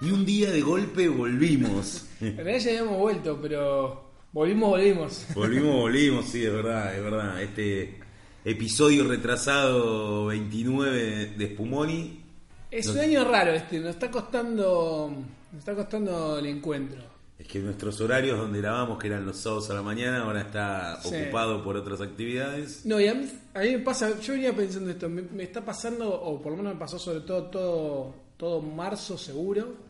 y un día de golpe volvimos. En realidad ya habíamos vuelto, pero volvimos, volvimos. Volvimos, volvimos, sí, es verdad, es verdad. Este episodio retrasado 29 de Spumoni. Es No un sé. año raro este, nos está costando, nos está costando el encuentro. Es que nuestros horarios donde grabamos, que eran los sábados a la mañana, ahora está Sí. ocupado por otras actividades. No, y a mí, a mí me pasa, yo venía pensando esto, me, me está pasando, o por lo menos me pasó sobre todo todo, todo marzo seguro.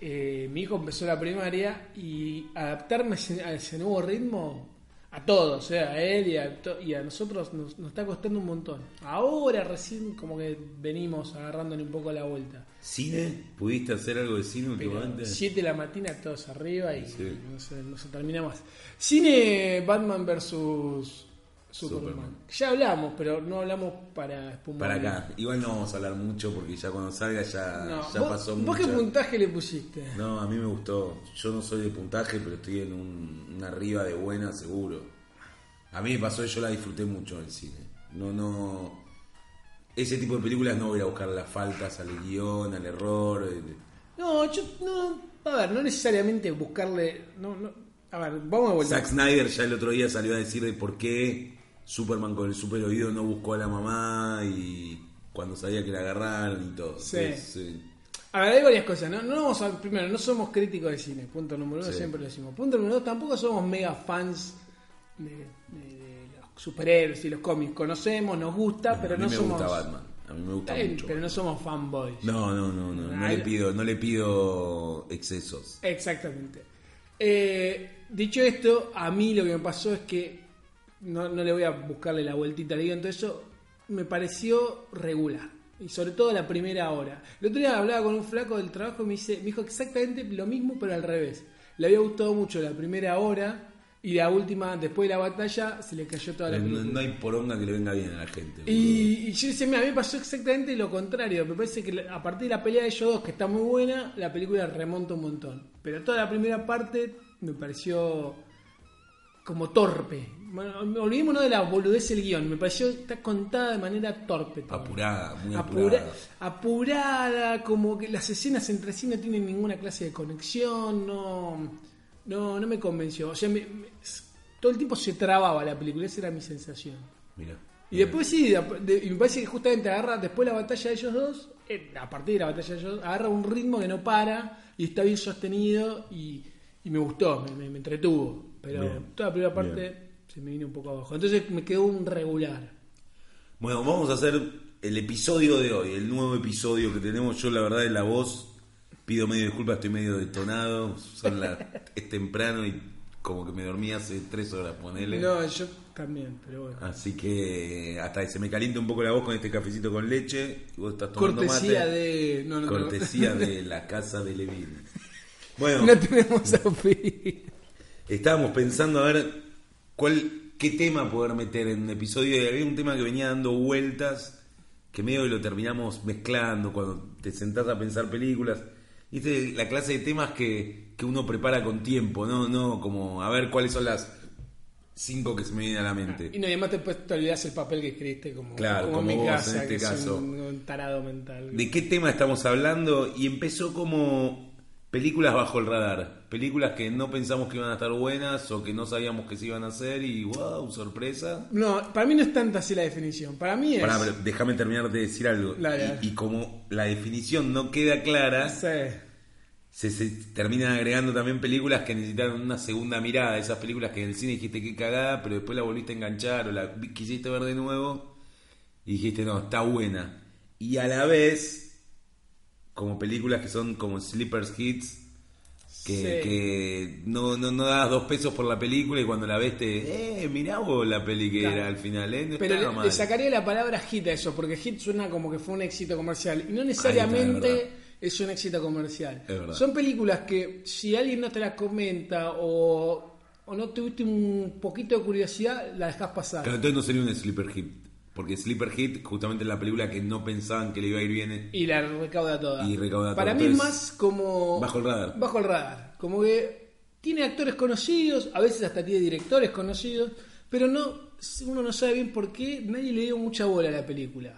Eh, mi hijo empezó la primaria y adaptarme a ese, a ese nuevo ritmo, a todos, o sea, a él y a, to- y a nosotros nos, nos está costando un montón. Ahora recién como que venimos agarrándole un poco la vuelta. ¿Cine? ¿Pudiste hacer algo de cine Pero últimamente? 7 de la mañana todos arriba y Sí. no, se, no se termina más. Cine Batman versus Superman. Superman. Ya hablamos, pero no hablamos para espumar. Para acá. Igual no vamos a hablar mucho porque ya cuando salga ya, No, ya ¿Vos, pasó ¿Vos qué mucha- puntaje le pusiste? No, a mí me gustó. Yo no soy de puntaje, pero estoy en un, una arriba de buena, seguro. A mí me pasó, yo la disfruté mucho en el cine. No, no. Ese tipo de películas no voy a buscar las faltas al guión, al error. el- No, yo no. A ver, no necesariamente buscarle. No, no, a ver, vamos a volver. Zack Snyder ya el otro día salió a decir de por qué Superman con el super oído no buscó a la mamá y cuando sabía que la agarraron y todo. Sí. Entonces, A ver, hay varias cosas. No, no vamos a- primero, no somos críticos de cine, punto número uno, Sí. siempre lo decimos. Punto número dos, tampoco somos mega fans de, de- de los superhéroes y los cómics. Conocemos, nos gusta, pero a mí no me somos. gusta Batman. A mí me gusta Está bien, mucho. pero no somos fanboys. No, no, no, no, no le Ay. pido, no le pido excesos. Exactamente. Eh, dicho esto, a mí lo que me pasó es que no, no le voy a buscarle la vueltita al guión, todo eso me pareció regular. Y sobre todo la primera hora. El otro día hablaba con un flaco del trabajo y me, dice, me dijo exactamente lo mismo, pero al revés. Le había gustado mucho la primera hora y la última, después de la batalla, se le cayó toda la No, película. no hay poronga que le venga bien a la gente. boludo. Y, y yo decía, mira, a mí me pasó exactamente lo contrario. Me parece que la- a partir de la pelea de ellos dos, que está muy buena, la película remonta un montón. Pero toda la primera parte me pareció como torpe. Bueno, olvidémonos de la boludez del guión. Me pareció está contada de manera torpe. todo. Apurada, muy Apura- apurada. apurada, como que las escenas entre sí no tienen ninguna clase de conexión, no, no, no me convenció. O sea, me- me- todo el tiempo se trababa la película, esa era mi sensación. Mirá. Y después sí, de- de- y me parece que justamente agarra, después de la batalla de ellos dos, eh, a partir de la batalla de ellos dos, agarra un ritmo que no para y está bien sostenido y, y me gustó, me, me- me entretuvo. Pero Bien. toda la primera parte Bien. se me vino un poco abajo. Entonces me quedó un regular. Bueno, vamos a hacer el episodio de hoy, el nuevo episodio que tenemos. Yo, la verdad, de la voz, pido medio disculpas, estoy medio detonado. Son la- es temprano y como que me dormí hace tres horas, ponele. No, yo también, pero bueno. Así que hasta ahí se me calienta un poco la voz con este cafecito con leche. Y vos estás tomando Cortesía mate. de. No, no, Cortesía de la casa de Levin. Bueno, no tenemos a Pi. Estábamos pensando a ver cuál, qué tema poder meter en un episodio. Y había un tema que venía dando vueltas, que medio que lo terminamos mezclando cuando te sentás a pensar películas. Viste, la clase de temas que, que uno prepara con tiempo, ¿no? No, como a ver cuáles son las cinco que se me vienen a la mente. Ah, Y no, y además después te olvidas el papel que escribiste como, Claro, como en mi vos en casa, este que soy caso. un, un tarado mental. ¿De qué tema estamos hablando? Y empezó como películas bajo el radar. Películas que no pensamos que iban a estar buenas o que no sabíamos que se iban a hacer y wow, sorpresa. No, para mí no es tanta así la definición. Para mí es. Pará, pero déjame terminar de decir algo. Dale, dale. y, y como la definición no queda clara, Sí. se, se terminan agregando también películas que necesitaron una segunda mirada. Esas películas que en el cine dijiste que cagada, pero después la volviste a enganchar o la vi- quisiste ver de nuevo y dijiste, no, está buena. Y a la vez, como películas que son como Sleepers Hits, que, Sí. que no, no, no das dos pesos por la película y cuando la ves te, eh, mirá vos la peli que Claro. era al final, eh, no Pero estaba le, mal". le sacaría la palabra hit a eso, porque hit suena como que fue un éxito comercial. Y no Ahí necesariamente está, es un éxito comercial. Es verdad. Son películas que si alguien no te las comenta o, o no tuviste un poquito de curiosidad, la dejas pasar. Claro, entonces no sería un sleeper hit. Porque sleeper hit, justamente es la película que no pensaban que le iba a ir bien. Y la recauda toda. Y recauda Para toda. mí es Entonces, más como... bajo el radar. Bajo el radar. Como que tiene actores conocidos, a veces hasta tiene directores conocidos, pero no uno no sabe bien por qué nadie le dio mucha bola a la película.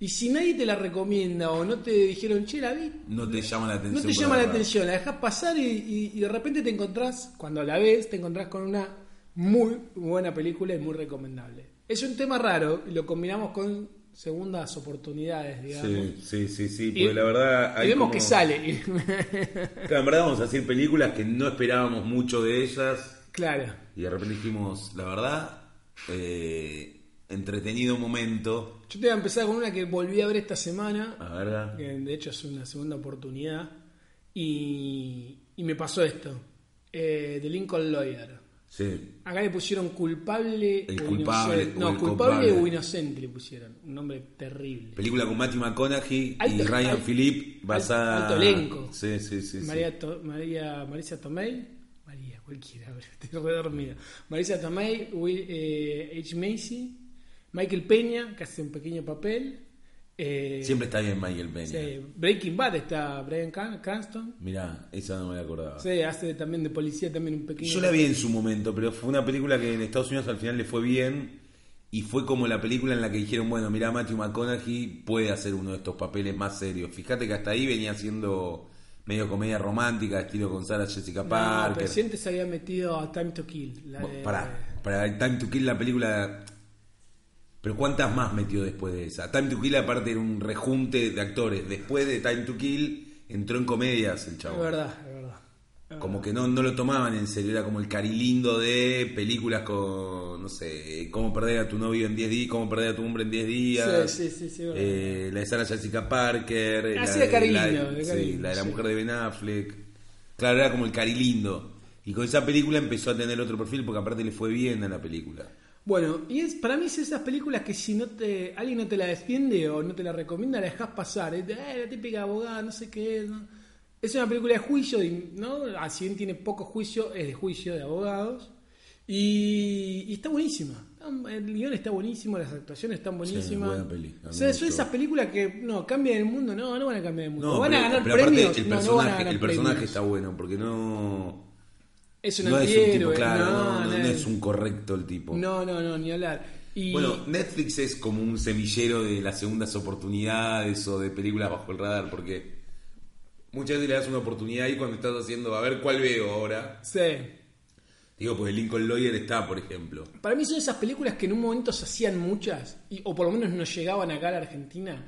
Y si nadie te la recomienda o no te dijeron, che, la vi, No te llama la no atención. te para llama la verla. atención, la dejas pasar y, y- y de repente te encontrás, cuando la ves, te encontrás con una muy buena película y muy recomendable. Es un tema raro y lo combinamos con segundas oportunidades, digamos. Sí, sí, sí, sí, Y- porque la verdad. Y hay vemos como- que sale. Claro, en verdad vamos a decir películas que no esperábamos mucho de ellas claro. y de repente dijimos, la verdad, eh, entretenido momento. Yo te voy a empezar con una que volví a ver esta semana. La verdad. que de hecho es una segunda oportunidad, y, y me pasó esto, eh, de Lincoln Lawyer. Sí, Acá le pusieron culpable El o culpable, inocente. o No, el culpable culpable. o inocente le pusieron, un nombre terrible. película con Matthew McConaughey y Alto- Ryan alto- Philippe basada. alto elenco. Sí, sí, sí. sí. María, To- María, Marisa Tomei, María, cualquiera, bro, estoy redormido. Marisa Tomei, Will, eh, H. Macy, Michael Peña, que hace un pequeño papel. eh, Siempre está bien Michael Peña. sí, Breaking Bad está Brian Cran- Cranston. Mirá, esa no me la acordaba. Sí, hace también de policía también un pequeño. Ah. Yo la vi en su momento, pero fue una película que en Estados Unidos al final le fue bien y fue como la película en la que dijeron, bueno, mira, Matthew McConaughey puede hacer uno de estos papeles más serios. Fíjate que hasta ahí venía haciendo medio comedia romántica, estilo con Sarah Jessica No, Parker. pero siempre se había metido a Time to Kill. la de- Para, para Time to Kill la película... Pero ¿cuántas más metió después de esa? Time to Kill aparte era un rejunte de actores. Después de Time to Kill entró en comedias el Es chavo. verdad, es verdad. Como que no, no lo tomaban en serio, era como el carilindo de películas con, no sé, cómo perder a tu novio en 10 días, cómo perder a tu hombre en 10 días. Sí, Ah, sí, sí, sí, es verdad. Eh, la de Sarah Jessica Parker. eh, Así la de carilindo, la- de sí, carilindo, la de la sí. mujer de Ben Affleck. Claro, era como el carilindo. Y con esa película empezó a tener otro perfil porque aparte le fue bien a la película. Bueno, y es para mí es esas películas que si no te alguien no te la defiende o no te la recomienda, la dejas pasar. Es de, "Eh, la típica abogada, no sé qué es. ¿no?". Es una película de juicio, y, ¿no? Ah, Si bien tiene poco juicio, es de juicio de abogados. Y, y está buenísima. Está- El guión está buenísimo, las actuaciones están buenísimas. buena peli. A mí O sea, me son gustó. esas películas que no cambian el mundo, no, no van a cambiar el mundo. No, van pero, a ganar pero aparte premios, el no, personaje, no van a ganar el personaje premios. está bueno porque no, Es un no es un tipo, antihéroe, claro, no, no, no- no, no es un correcto el tipo. No, no, no, ni hablar. Y, Bueno, Netflix es como un semillero de las segundas oportunidades o de películas bajo el radar, porque muchas veces le das una oportunidad y cuando estás haciendo, a ver cuál veo ahora. sí. Digo, porque Lincoln Lawyer está, por ejemplo. Para mí son esas películas que en un momento se hacían muchas, y- o por lo menos nos llegaban acá a la Argentina,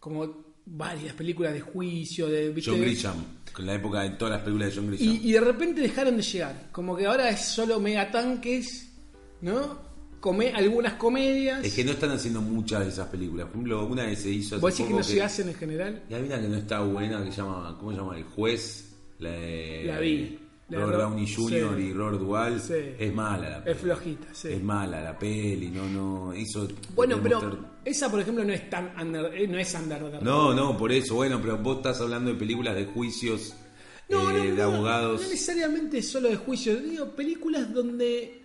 como varias películas de juicio, de... ¿viste? John Grisham, con la época de todas las películas de John Grisham. Y, y de repente dejaron de llegar, como que ahora es solo mega tanques, ¿no? Come, algunas comedias. Es que no están haciendo muchas de esas películas. Por ejemplo, una que se hizo hace ¿Vos decís que poco no se hacen en general? Y hay una que no está buena, que se llama, ¿cómo se llama? El juez. La, de- La vi. La de Robert Ro- Downey Jr. sí. y Robert Duvall. Sí. Es mala la Es flojita, sí. Es mala la peli, no, no. Eso. Bueno, queremos pero ter- esa, por ejemplo, no es tan under, eh, no es under the No, no, por eso. Bueno, pero vos estás hablando de películas de juicios, No, eh, no, no, de no, abogados. No necesariamente solo de juicio, digo, películas donde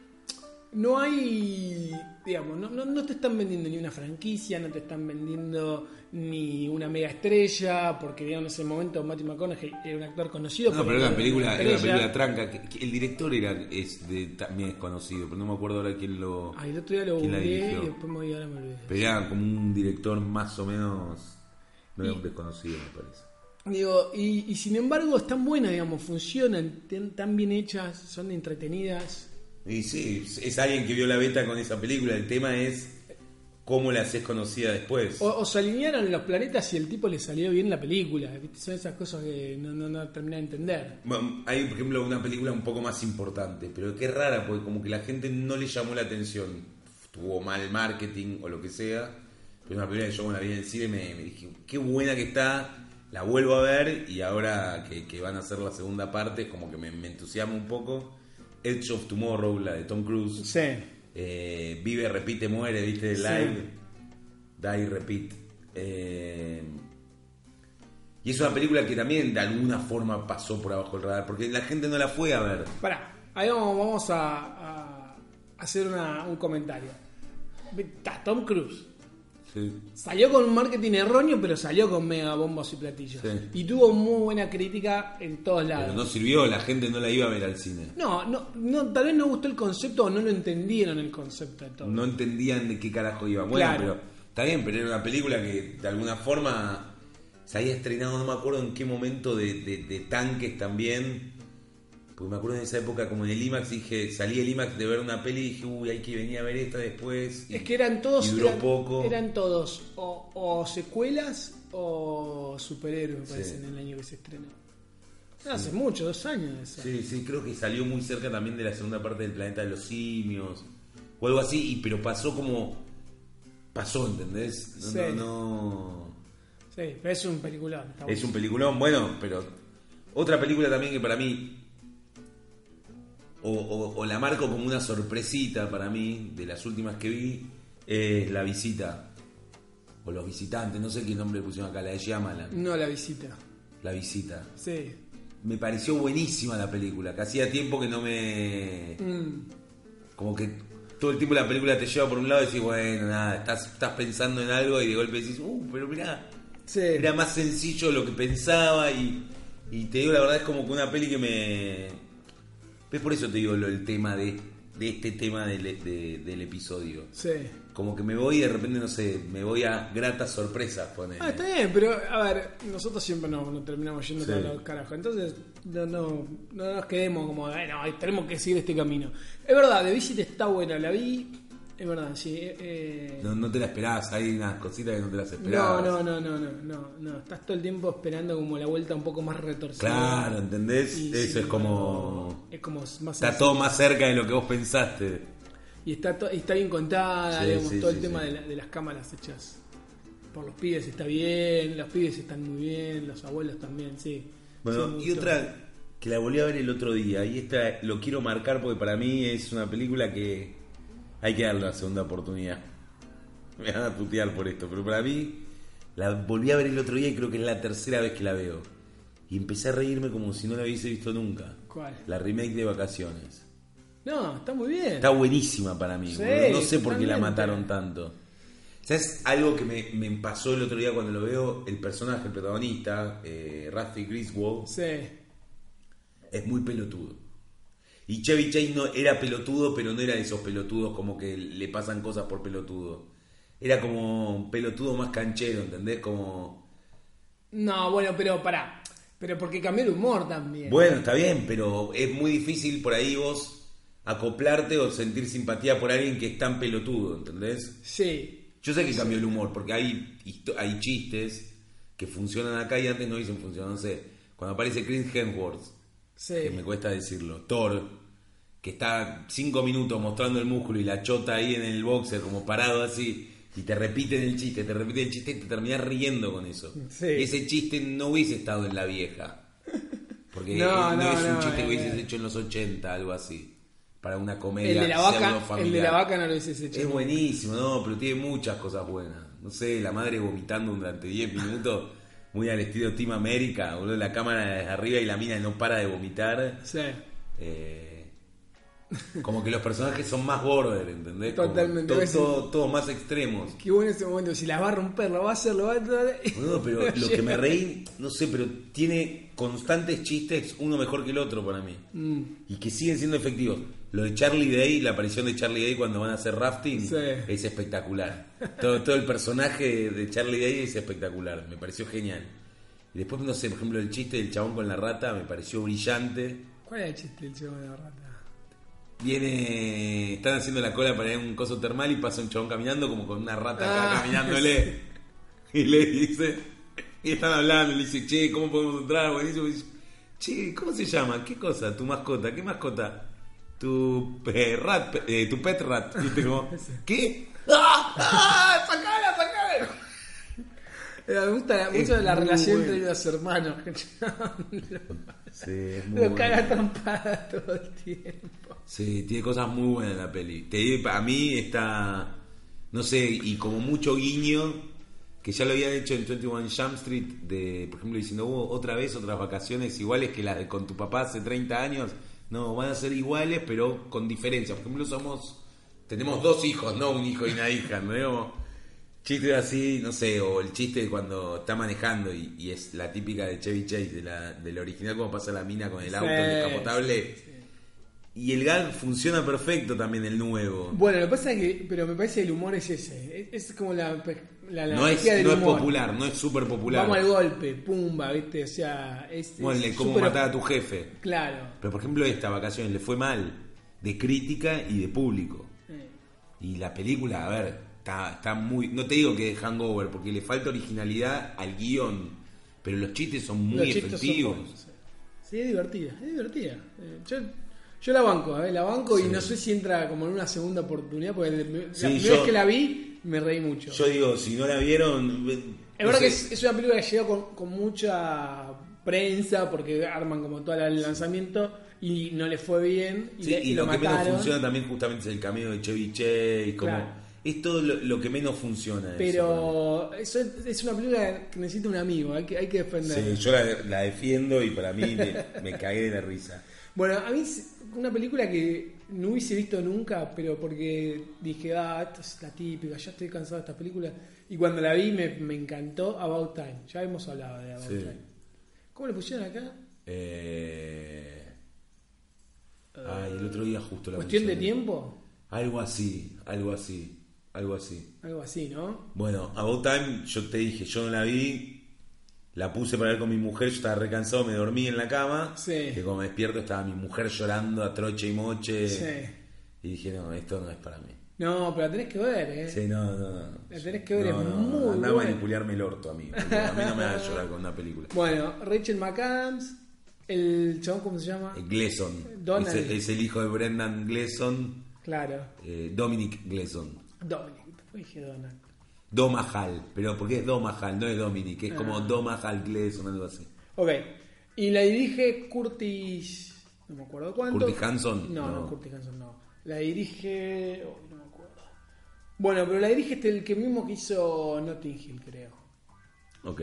no hay, digamos, no, no, no te están vendiendo ni una franquicia, no te están vendiendo ni una mega estrella, porque digamos, en ese momento Matthew McConaughey era un actor conocido. No, pero era una película, era una estrella. película tranca. que- que el director era es de, también es conocido, pero no me acuerdo ahora quién lo. Ay, Ah, el otro día lo ¿Quién la googleé y dirigió? después me voy, ahora me olvidé. Pero era como un director más o menos. No era Y- un desconocido, me parece. Digo, y, y sin embargo están buenas, digamos, funcionan, ten- están bien hechas, son entretenidas. Y sí, es alguien que vio la beta con esa película. El tema es cómo la haces conocida después. O, o se alinearon los planetas y el tipo le salió bien la película. ¿viste? Son esas cosas que no, no, no terminé de entender. Bueno, Hay, por ejemplo, una película un poco más importante, pero que rara, porque como que la gente no le llamó la atención. Tuvo mal marketing o lo que sea. Pero una película que yo cuando la vi en el cine me, me dije, qué buena que está, la vuelvo a ver y ahora que, que van a hacer la segunda parte, como que me, me entusiasma un poco. Edge of Tomorrow, la de Tom Cruise. Sí. Eh, vive, repite, muere, viste, de Sí. live. Die, repeat. Eh, y es una película que también de alguna forma pasó por abajo el radar, porque la gente no la fue a ver. Pará, ahí vamos, vamos a, a hacer una- un comentario. Está Tom Cruise. Sí. Salió con un marketing erróneo, pero salió con mega bombos y platillos. Sí. Y tuvo muy buena crítica en todos Pero lados. no sirvió, la gente no la iba a ver al cine. No, no, no, tal vez no gustó el concepto o no lo entendieron el concepto de todo. No entendían de qué carajo iba. Bueno, Claro. pero Está bien, pero era una película que de alguna forma se había estrenado, no me acuerdo en qué momento, de, de- de tanques también. Porque me acuerdo en esa época, como en el IMAX, dije, salí del IMAX de ver una peli y dije, uy, hay que venir a ver esta después. Y- Es que eran todos. Y duró eran, poco. eran todos o, o secuelas o superhéroes, me parece, Sí. en el año que se estrenó. No, Hace mucho, dos años de eso. Sí, sí, creo que salió muy cerca también de la segunda parte del planeta de los simios o algo así, y, pero pasó como. Pasó, ¿entendés? No, Sí. no, Sí, pero es un peliculón. está no. Es bueno. un peliculón, bueno, pero. Otra película también que para mí. O, o- o la marco como una sorpresita para mí, de las últimas que vi, es La Visita. O Los Visitantes, no sé qué nombre le pusieron acá, la de Shyamalan. No la visita. La Visita. Sí. Me pareció buenísima la película, que hacía tiempo que no me. Mm. Como que todo el tiempo la película te lleva por un lado y decís, bueno, nada, estás, estás pensando en algo y de golpe decís, uh, pero mirá, Sí. era más sencillo de lo que pensaba y, y te digo, la verdad es como que una peli que me... Es por eso te digo lo- el tema de, de este tema del, de- del episodio. Sí. Como que me voy y de repente, no sé, me voy a gratas sorpresas, poner. Ah, está bien, pero a ver, nosotros siempre nos, nos terminamos yendo Sí. a los carajos. Entonces, no, no, no nos quedemos como, "Ay, no, tenemos que seguir este camino. Es verdad, The Visit está buena, la vi. Es verdad, sí. eh, eh, No, no te la esperabas, hay unas cositas que no te las No, esperabas. no, no, no, no, no, no. Estás todo el tiempo esperando como la vuelta un poco más retorcida. Claro, ¿entendés? Y Eso sin es como... embargo, Es como más Está todo más cerca de lo que vos pensaste. Y está, to- y está bien contada, Sí, digamos, sí, todo sí, el tema sí. de, la- de las cámaras hechas por los pibes está bien, los pibes están muy bien, los abuelos también, sí. Sí, Bueno, me y gustó. otra que la volví a ver el otro día, y esta lo quiero marcar porque para mí es una película que hay que darle una segunda oportunidad. Me van a putear por esto, pero para mí la volví a ver el otro día y creo que es la tercera vez que la veo. Y empecé a reírme como si no la hubiese visto nunca. ¿Cuál? La remake de Vacaciones. No, está muy bien. Está buenísima para mí. Sí, boludo. no sé por qué la totalmente. mataron tanto. ¿Sabes algo que me, me pasó el otro día cuando lo veo? El personaje, el protagonista, eh, Rafi Griswold, Sí. es muy pelotudo. Y Chevy Chase no era pelotudo, pero no era de esos pelotudos como que le pasan cosas por pelotudo. Era como un pelotudo más canchero, ¿entendés? Como. No, bueno, pero pará. Pero porque cambió el humor también. Bueno, está bien, pero es muy difícil por ahí vos acoplarte o sentir simpatía por alguien que es tan pelotudo, ¿entendés? Sí. Yo sé que cambió el humor, porque hay, histo- hay chistes que funcionan acá y antes no dicen funcionar. No sé, cuando aparece Chris Hemsworth, Sí. que me cuesta decirlo, Thor, que está cinco minutos mostrando el músculo y la chota ahí en el boxer, como parado así, y te repiten el chiste, te repiten el chiste y te terminás riendo con eso. Sí. Y ese chiste no hubiese estado en la vieja. Porque No, no, no, es un no, chiste que eh, hubieses eh. hecho en los 80, algo así. Para una El comedia de la vaca, el de pseudo-familiar. la vaca no lo hiciste hecho. Es buenísimo, no, pero tiene muchas cosas buenas. No sé, la madre vomitando durante 10 minutos, muy al estilo Team América, boludo, la cámara desde arriba y la mina no para de vomitar. Sí. Eh, como que los personajes son más border, ¿entendés? Como Totalmente, to- ves- to- Todos más extremos. Qué bueno ese momento. Si la va a romper, lo va a hacer, lo va a tratar. Boludo, pero lo que me reí, no sé, pero tiene constantes chistes, uno mejor que el otro para mí. Mm. Y que siguen siendo efectivos. Lo de Charlie Day, la aparición de Charlie Day cuando van a hacer rafting, Sí. es espectacular. Todo, todo el personaje de Charlie Day es espectacular, me pareció genial. Y después, no sé, por ejemplo, el chiste del chabón con la rata me pareció brillante. ¿Cuál era el chiste del chico de la rata? Viene, están haciendo la cola para ir a un coso termal y pasa un chabón caminando como con una rata Ah, acá caminándole. Y le dice, y están hablando, y le dice, che, ¿cómo podemos entrar? Buenísimo. Y dice, che, ¿cómo se llama? ¿Qué cosa? ¿Tu mascota? ¿Qué mascota? Tu eh, rat, eh, tu pet rat. ¿Viste como, ¿Qué? ¡Ah! ¡Ah! ¡Sacala, sacala! Eh, Me gusta la- Es mucho la muy relación bueno. entre los hermanos. Los Sí, es muy los bueno. caga trompada todo el tiempo. Sí, tiene cosas muy buenas la peli. Te digo, a mí está, no sé, y como mucho guiño, que ya lo habían hecho en 21 Jump Street, de, por ejemplo, diciendo, "Oh, otra vez otras vacaciones iguales que las de con tu papá hace 30 años. No, van a ser iguales, pero con diferencias. Por ejemplo, somos, tenemos dos hijos, no un hijo y una hija, ¿no? Como Chistes así, no sé, o el chiste de cuando está manejando y, y es la típica de Chevy Chase, de la, del original, como pasa la mina con el auto, Sí. el descapotable Y el gag funciona perfecto también, el nuevo. Bueno, lo que pasa es que, pero me parece que el humor es ese. Es, es como la, la, la No es, energía del no es humor. popular, no es súper popular. Vamos al golpe, pumba, ¿viste? O sea, es. Bueno, es le- cómo súper- matar a tu jefe. Claro. Pero por ejemplo, esta vacación le fue mal. De crítica y de público. Eh, Y la película, a ver, está, está muy. No te digo que de hangover, porque le falta originalidad al guión. Pero los chistes son muy los chistes son efectivos. buenos, sí. Sí, es divertida, es divertida. Eh, yo, yo la banco, a ver, la banco y no sé si entra como en una segunda oportunidad, porque de- la Sí, primera yo- vez que la vi me reí mucho. Yo digo, si no la vieron. ve- Es no verdad sé. que es, es una película que llegó con, con mucha prensa porque arman como todo el lanzamiento y no le fue bien y, Sí, le- y y lo, que menos mataron, funciona también justamente es el cameo de Chevy Chase. Como, Claro. Es todo lo, lo que menos funciona. eso, ¿no? Pero eso es, es una película que necesita un amigo, hay que, hay que defenderla. Sí, yo la, la defiendo y para mí me, me cagué de la risa. Bueno, a mí es una película que no hubiese visto nunca, pero porque dije, ah, esta es la típica, ya estoy cansado de estas películas. Y cuando la vi me, me encantó About Time, ya hemos hablado de About Sí. Time. ¿Cómo le pusieron acá? Eh... Ay, el otro día justo la ¿Cuestión de mencioné. tiempo? Algo así, algo así, algo así. Algo así, ¿no? Bueno, About Time, yo te dije, yo no la vi, la puse para ver con mi mujer, yo estaba recansado, me dormí en la cama, Sí. que cuando me despierto estaba mi mujer llorando a troche y moche, Sí. y dije, no, esto no es para mí. No, pero la tenés que ver, ¿eh? Sí, no, no, no. La tenés que ver, es muy Anda a buena. manipularme el orto a mí, porque a mí no me hagas llorar con una película. Bueno, Rachel McAdams, el chabón, ¿cómo se llama? Gleson, Eh, es, Donald. es el hijo de Brendan Gleson, Claro, eh, Dominic Gleson. Dominic, después dije Donald. Domahal, pero porque es Domahal, no es Dominic, es Ah. como Domahal Gleason, algo así. Ok, y la dirige Curtis, no me acuerdo cuánto. ¿Curtis Hanson? No, no, No. Curtis Hanson no. La dirige, uy, no me acuerdo. Bueno, pero la dirige este, el que mismo que hizo Notting Hill, creo. Ok.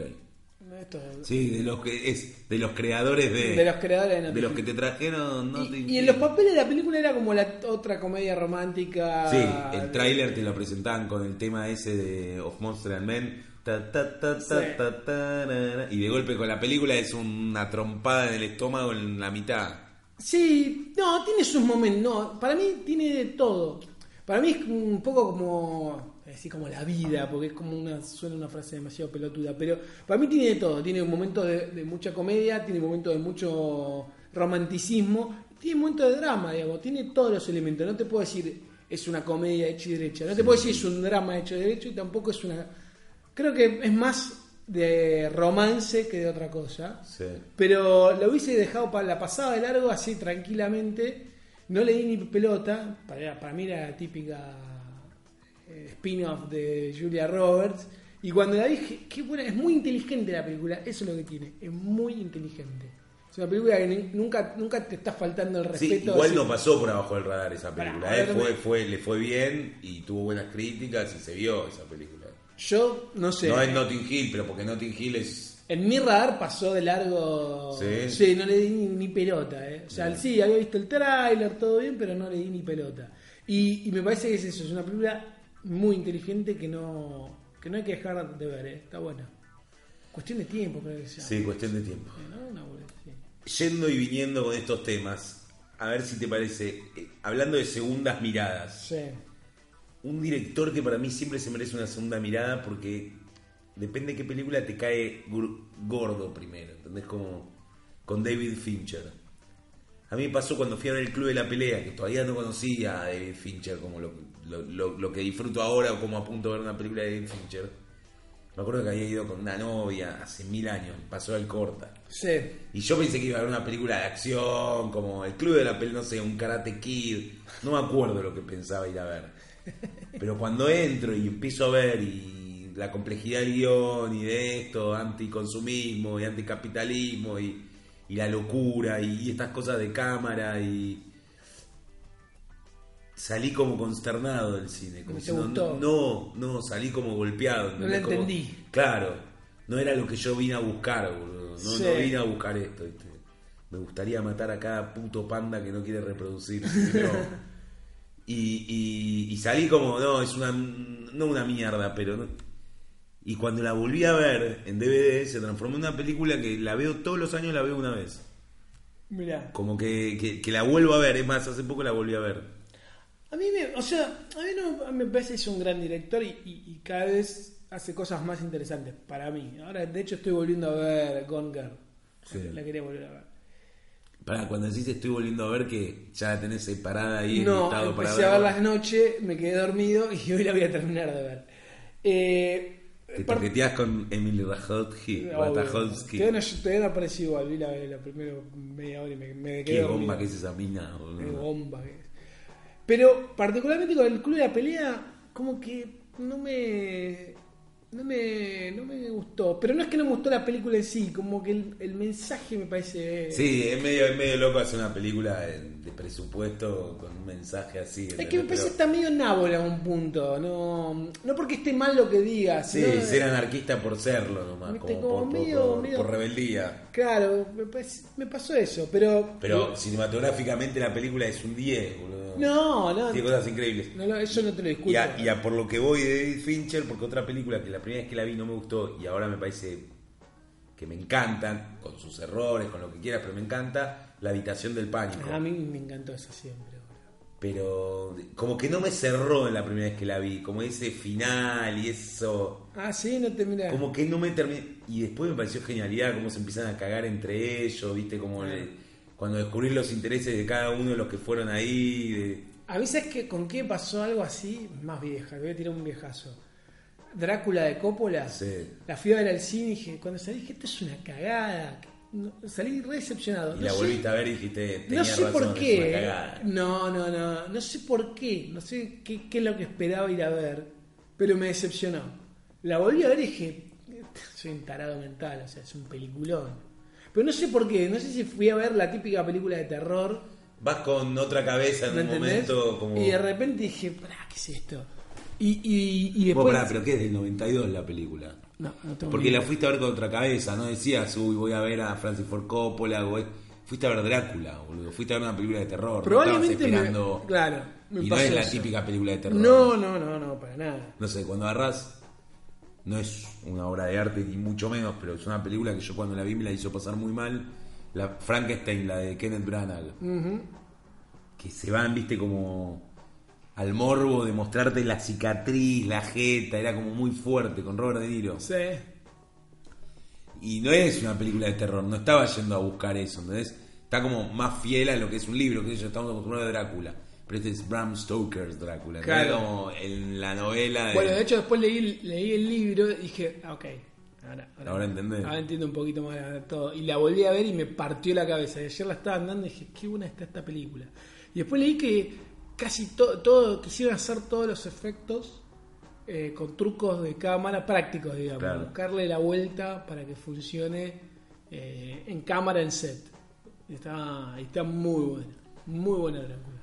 Esto es- Sí, de los que es de los creadores de De los creadores de Notting de los Hill. que te trajeron no te Y, y en los papeles de la película era como la otra comedia romántica. Sí, el tráiler te lo presentaban con el tema ese de Of Monster and Men. Ta, ta, ta, ta, Sí. ta, ta, na, na. y de golpe con la película es una trompada en el estómago en la mitad. Sí, no, tiene sus momentos. No, para mí tiene de todo. Para mí es un poco como así como la vida, porque es como una suena una frase demasiado pelotuda, pero para mí tiene de todo. Tiene momentos de, de mucha comedia, tiene momentos de mucho romanticismo, tiene momentos de drama, digamos. Tiene todos los elementos. No te puedo decir es una comedia hecha y derecha. No te puedo decir es un drama hecho y derecho y tampoco es una. Creo que es más de romance que de otra cosa. Sí. Pero lo hubiese dejado para la pasada de largo así tranquilamente. No le di ni pelota. Para, para mí era la típica eh, spin-off de Julia Roberts. Y cuando la vi, dije, qué buena, es muy inteligente la película. Eso es lo que tiene, es muy inteligente. Es una película que ni- nunca, nunca te está faltando el Sí, respeto. igual así- no pasó por abajo del radar esa película. Pará, eh. ahora Fue, me- fue, le fue bien y tuvo buenas críticas y se vio esa película. Yo no sé. No es Notting Hill, pero porque Notting Hill es En mi radar pasó de largo. Sí. no le di ni, ni pelota. eh. O sea, sí, había visto el tráiler, todo bien, pero no le di ni pelota. Y, y me parece que es eso, es una película muy inteligente que no, que no hay que dejar de ver, eh. está buena. Cuestión de tiempo, creo que sea. Sí, cuestión de tiempo. ¿No? Una boludez, sí. Yendo y viniendo con estos temas, a ver si te parece, eh, hablando de segundas miradas, Sí. un director que para mí siempre se merece una segunda mirada porque depende qué película te cae gor- gordo primero, ¿entendés? Como con David Fincher. A mí me pasó cuando fui a ver el Club de la Pelea, que todavía no conocía a David Fincher como lo, lo- lo- lo que disfruto ahora o como a punto de ver una película de David Fincher. Me acuerdo que había ido con una novia hace mil años, pasó al corta. Sí. Y yo pensé que iba a haber una película de acción, como el club de la pelea, no sé, un karate kid. No me acuerdo lo que pensaba ir a ver. Pero cuando entro y empiezo a ver y la complejidad del guión y de esto, anticonsumismo y anticapitalismo y, y la locura y, estas cosas de cámara y... Salí como consternado del cine. Como ¿No te diciendo, gustó? No, no, salí como golpeado. No ¿entendés? la Como- entendí. claro, no era lo que yo vine a buscar, boludo. No, Sí. no vine a buscar esto. ¿viste? Me gustaría matar a cada puto panda que no quiere reproducirse. pero- y, y- y salí como, no, es una. No una mierda, pero. no- Y cuando la volví a ver en DVD, se transformó en una película que la veo todos los años, la veo una vez. Mirá. Como que, que- que la vuelvo a ver, es más, hace poco la volví a ver. A mí me, o sea, a mí no me parece que es un gran director y, y- y cada vez hace cosas más interesantes para mí. Ahora, de hecho, estoy volviendo a ver Gone Girl. Sí. La quería volver a ver. Para cuando decís estoy volviendo a ver que ya la tenés separada ahí en no, listado para empecé a verla. verla de noche, me quedé dormido y hoy la voy a terminar de ver. Eh, Te par- toqueteás con Emil Rajotki, obvio. Ratajowski. Todavía no, todavía no apareció igual, vi la, la primera media hora y me, me quedé Qué dormido. bomba que es esa mina, Qué boludo. bomba que es. Pero particularmente con el club de la pelea, como que no me. No me, no me gustó. Pero no es que no me gustó la película en sí, como que el, el mensaje me parece. Sí, es medio, es medio loco hacer una película de, de presupuesto con un mensaje así. Es que me ¿entendés? parece Pero- está medio nábola a un punto. No, no porque esté mal lo que diga. Sí, sino- ser anarquista por serlo nomás, Viste, como, como por, por- medio- por- medio- por rebeldía. Claro, me, parece- me pasó eso, pero. Pero cinematográficamente la película es un 10, boludo. No, no. Tiene cosas increíbles. no, no, eso no te lo discuto. Y a, y a por lo que voy de David Fincher, porque otra película que la primera vez que la vi no me gustó y ahora me parece que me encantan, con sus errores, con lo que quieras, pero me encanta, La habitación del pánico. Ah, A mí me encantó eso siempre. boludo. Pero como que no me cerró en la primera vez que la vi, como ese final y eso, Ah, sí, no te mirás. como que no me terminé. Y después me pareció genialidad cómo se empiezan a cagar entre ellos, viste, como le- cuando descubrir los intereses de cada uno de los que fueron ahí. de- A veces que con qué pasó algo así, más vieja, voy a tirar un viejazo. Drácula de Coppola, Sí. la fui a ver al cine y dije, cuando salí dije, esto es una cagada. No- salí re decepcionado. Y No la sé- volviste a ver y dijiste, No tenías sé razón, por es una qué. cagada". No, no, no. No sé por qué. No sé qué, qué es lo que esperaba ir a ver. Pero me decepcionó. La volví a ver y dije, soy un tarado mental, o sea, es un peliculón. Pero no sé por qué. No sé si fui a ver la típica película de terror. Vas con otra cabeza en ¿Me un entendés? momento como... Y de repente dije, pará, ¿qué es esto? Y, y, y Vos, después. pará, pero que es del 92 la película. No, no tengo Porque ni- la fuiste a ver con otra cabeza, no decías, uy, voy a ver a Francis Ford Coppola, o es- fuiste a ver Drácula, boludo, fuiste a ver una película de terror. Probablemente. no me- estabas esperando... claro. me y no es pasó la eso. típica película de terror. No, no, no, no, para nada. No sé, cuando agarrás, no es una obra de arte, ni mucho menos, pero es una película que yo cuando la vi me la hizo pasar muy mal. La Frankenstein, la de Kenneth Branagh. Que se van, viste, como al morbo de mostrarte la cicatriz, la jeta, era como muy fuerte con Robert De Niro. Sí. Y no es una película de terror, no estaba yendo a buscar eso, ¿entendés? Está como más fiel a lo que es un libro, que yo estamos acostumbrados a Drácula. Pero este es Bram Stoker's Drácula, ¿entendés? Claro. Como en la novela de... Bueno, de hecho después leí, leí el libro y dije, ah, ok, ahora, Ahora entendés. ahora entiendo un poquito más de todo. Y la volví a ver y me partió la cabeza. Y ayer la estaba andando y dije, qué buena está esta película. Y después leí que casi to- todo, quisieron hacer todos los efectos eh, con trucos de cámara prácticos, digamos. Claro. Buscarle la vuelta para que funcione eh, en cámara, en set. Y Está, y está muy buena, muy buena película.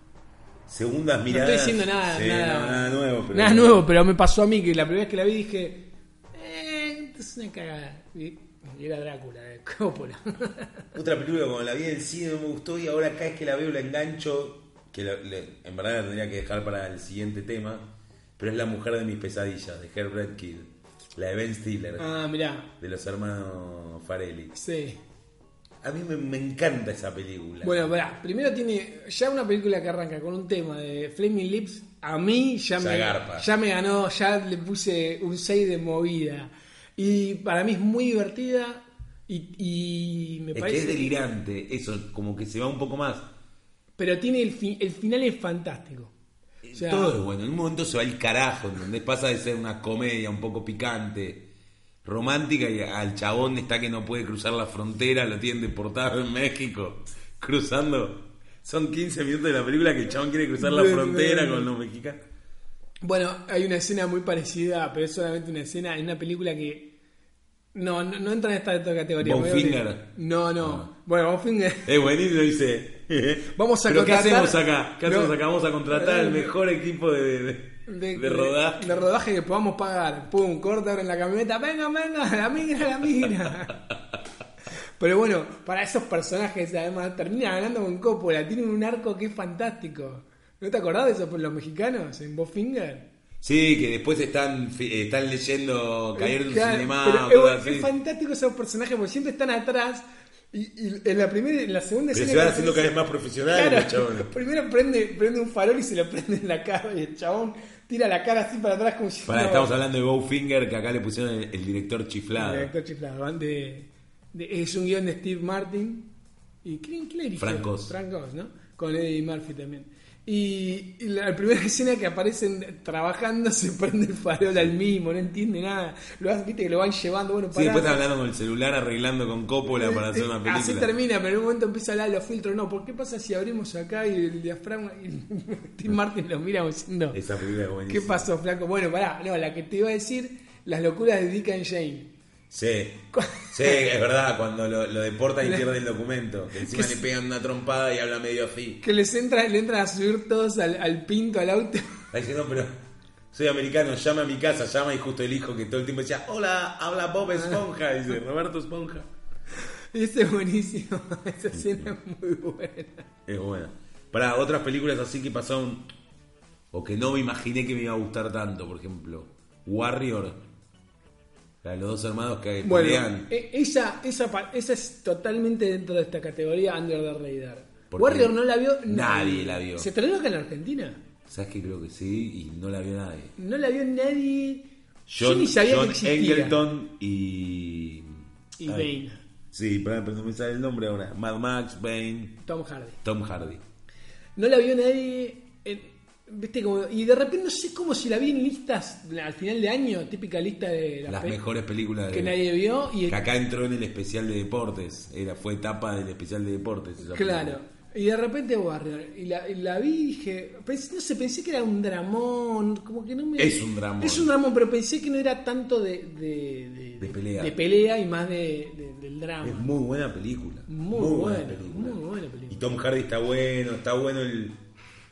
Segundas No miradas. estoy diciendo nada, Sí, nada, no, nada nuevo. Pero Nada nuevo, pero me pasó a mí que la primera vez que la vi dije, eh, esto es una cagada. Y y era Drácula eh, de Coppola. Otra película cuando la vi en el cine no me gustó y ahora cada vez que la veo la engancho, que la- le- en verdad la tendría que dejar para el siguiente tema, pero es La Mujer de Mis Pesadillas, de Herbert Kidd, la de Ben Stiller, ah, mirá, de los hermanos Farelli. sí. A mí me, me encanta esa película. Bueno, pará, primero tiene ya una película que arranca con un tema de Flaming Lips. A mí ya Ya me, garpa. ya me ganó, ya le puse un 6 de movida. Y para mí es muy divertida y, y me es que parece. es delirante, eso, como que se va un poco más. pero tiene el, fi- el final es fantástico. O sea, Eh, Todo es bueno, en un momento se va el carajo, ¿entendés? Pasa de ser una comedia un poco picante, romántica, y al chabón está que no puede cruzar la frontera, lo tienen deportado en México, cruzando. Son 15 minutos de la película que el chabón quiere cruzar la Bien, frontera bien. con los mexicanos. Bueno, hay una escena muy parecida, pero es solamente una escena en una película que no, no, no entra en esta, esta categoría. Bonfinger. Me voy a olvidar. No, no. Ah. Bueno, Bonfinger. Es buenísimo, dice. Vamos a ¿Pero ¿Qué contratar- hacemos acá? ¿Qué hacemos No. acá? Vamos a contratar el Eh, mejor equipo de, de, de rodaje. De rodaje que podamos pagar. Pum, corta ahora en la camioneta. Venga, venga, la migra, la migra. Pero bueno, para esos personajes además termina ganando con Coppola. Tienen un arco que es fantástico. ¿No te acordás de eso por los mexicanos en Bonfinger? Sí, que después están, fi- eh, están leyendo Caer de un Eh, Claro, cinema. pero cosas es, así. es fantástico esos personajes porque siempre están atrás Y, y en la primera, en la segunda Pero se escena van cuando haciendo cada dice- vez más profesionales los Claro, chabones. primero prende, prende un farol y se lo prende en la cara y el chabón tira la cara así para atrás como si Pará, estamos hablando de Bowfinger, que acá le pusieron el, el director chiflado. El director chiflado, van de- de- es un guión de Steve Martin. ¿Y quién, quién le dirigió? Frank Oz. Frank Oz, ¿no? Con Eddie Murphy también. Y, y la, primera escena que aparecen trabajando se prende el farol al mismo, no entiende nada. Lo hacen, viste que lo van llevando, bueno, Sí, para. después está hablando con el celular, arreglando con Coppola para hacer una Eh, Así película. termina, pero en un momento empieza a hablar de los filtros. No, ¿por qué pasa si abrimos acá y el diafragma? Y Steve Martin lo mira como diciendo. Esa película es ¿Qué buenísima. pasó, flaco? Bueno, pará, no, la que te iba a decir, las locuras de Dick and Jane. Sí. Sí, es verdad, cuando lo, lo deportan y Le- pierden el documento. Que encima Que le se- pegan una trompada y habla medio así. Que les entra, le entran a subir todos al, al pinto, al auto. Está diciendo, pero soy americano, llama a mi casa, llama y justo el hijo que todo el tiempo decía, hola, habla Bob Esponja. Dice, Roberto Esponja. Ese es buenísimo. Esa escena es muy buena. Es buena. Para otras películas así que pasaron o que no me imaginé que me iba a gustar tanto, por ejemplo, Warrior. La de los dos hermanos que pelean. e- esa, esa, pa- esa es totalmente dentro de esta categoría Under the Radar. ¿Por qué? Warrior no la vio Nadie la vio. ¿Se estrenó acá en Argentina? ¿Sabes qué? Creo que sí y no la vio nadie. No la vio nadie. Yo John, ni sabía John que existía. Engelton y. Ay. Y Bane. Sí, pará, pero no me sale el nombre ahora. Mad Max, Bane, Tom Hardy. Tom Hardy. No la vio nadie. eh, ¿Viste? Como, y de repente no sé cómo si la vi en listas al final de año, típica lista de las Las pe- mejores películas de. que nadie vio. Y que acá entró en el especial de deportes. Era, fue etapa del especial de deportes. esa Claro. película. Y de repente Warrior. Y la, y la vi y dije. pensé- no sé, pensé que era un dramón. Como que no me. Es un dramón. Es un dramón, pero pensé que no era tanto de. De, de- De pelea. de pelea y más de, de- del drama. Es muy buena película. Muy, buena, muy buena Y película. Tom Hardy está bueno, está bueno el,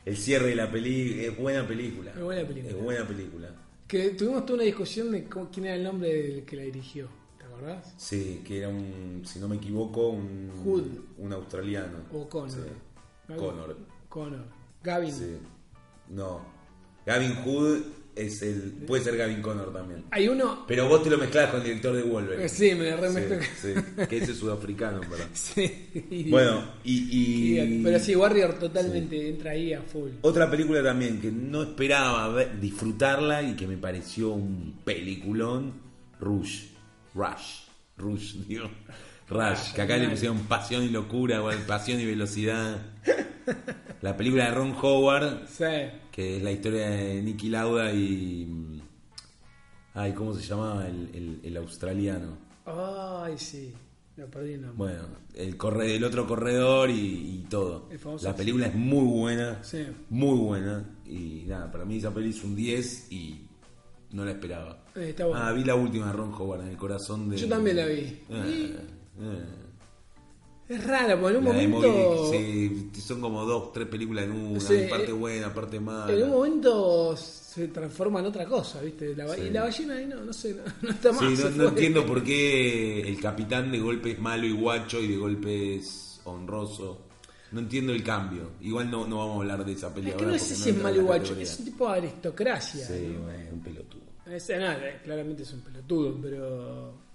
el cierre de la película. Es buena película. Es buena película. Es buena película. Que tuvimos toda una discusión de cómo- quién era el nombre del que la dirigió. ¿Te acordás? Sí, que era un, si no me equivoco, un, Hood. Oh. un australiano. O Connor. Sí. ¿Algo? Connor. Connor. Gavin. Sí. No. Gavin Hood es el. Puede ser Gavin Connor también. Hay uno. eh, Pero vos te lo mezclás con el director de Wolverine. Sí, me la Sí, remeto. sí, que ese es sudafricano, en ¿verdad? Sí. Bueno, y, y- Pero sí, Warrior totalmente entra ahí a full. otra película también que no esperaba ver- disfrutarla y que me pareció un peliculón, Rush, Rush, Rush, digo, Ah, Rush, que acá le pusieron pasión y locura, o pasión y velocidad. La película de Ron Howard, Sí. que es la historia de Nicky Lauda y... mm, Ay, ¿cómo se llamaba el- el- el australiano? Ay, sí. Lo perdí el nombre. Bueno, el, corre, el otro corredor y, y todo. El famoso La película es muy buena, Sí. muy buena. Y nada, para mí esa peli es un 10 y no la esperaba. Eh, está bueno. Ah, vi la última de Ron Howard, en el corazón de... Yo también la vi. Ah, Y- ah. Es rara, porque en un La de Moby momento. Dick, sí, son como dos, tres películas en una, Sí, hay parte eh, buena, parte mala. En un momento se transforma en otra cosa, ¿viste? La ba- Y la ballena ahí no, no sé, no, no está más. Sí, se no, no fue. entiendo por qué el capitán de golpe es malo y guacho y de golpe es honroso. No entiendo el cambio. Igual no, no vamos a hablar de esa pelea. Es que ahora no porque sé si es entra mal en la guacho, categoría. es un tipo de aristocracia. Sí, bueno, un pelotudo. Es- eh, nada, eh, claramente es un pelotudo, pero.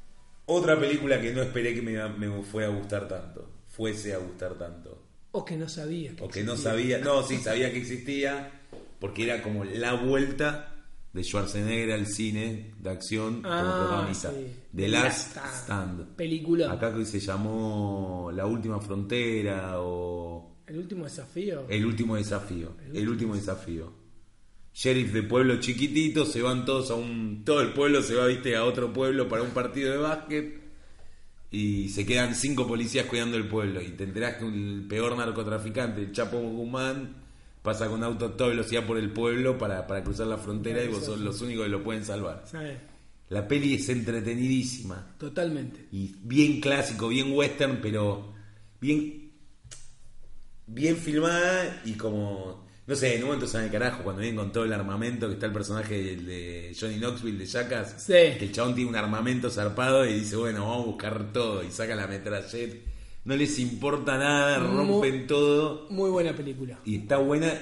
Otra película que no esperé que me, me fue a gustar tanto. Fuese a gustar tanto. O que no sabía. que O que no existía. sabía. No, sí, sabía que existía. Porque era como la vuelta de Schwarzenegger al cine de acción como Ah, protagonista. sí. The Last Last Stand. Película. Acá que se llamó La Última Frontera o El último desafío. El Último Desafío. El Último Desafío. Sheriff de pueblo chiquitito, se van todos a un... Todo el pueblo se va, viste, a otro pueblo para un partido de básquet. Y se quedan cinco policías cuidando el pueblo. Y te enterás que el peor narcotraficante, el Chapo Guzmán, pasa con auto a toda velocidad por el pueblo para, para cruzar la frontera y vos sos los únicos que lo pueden salvar. ¿Sabes? La peli es entretenidísima Totalmente. y bien clásico, bien western, pero bien bien filmada y como no sé, en un momento se van el carajo cuando vienen con todo el armamento que está el personaje de, de Johnny Knoxville de Jackass, Sí. que el chabón tiene un armamento zarpado y dice, bueno, vamos a buscar todo y saca la metralleta, no les importa nada, Mu- rompen todo Muy buena película. y está buena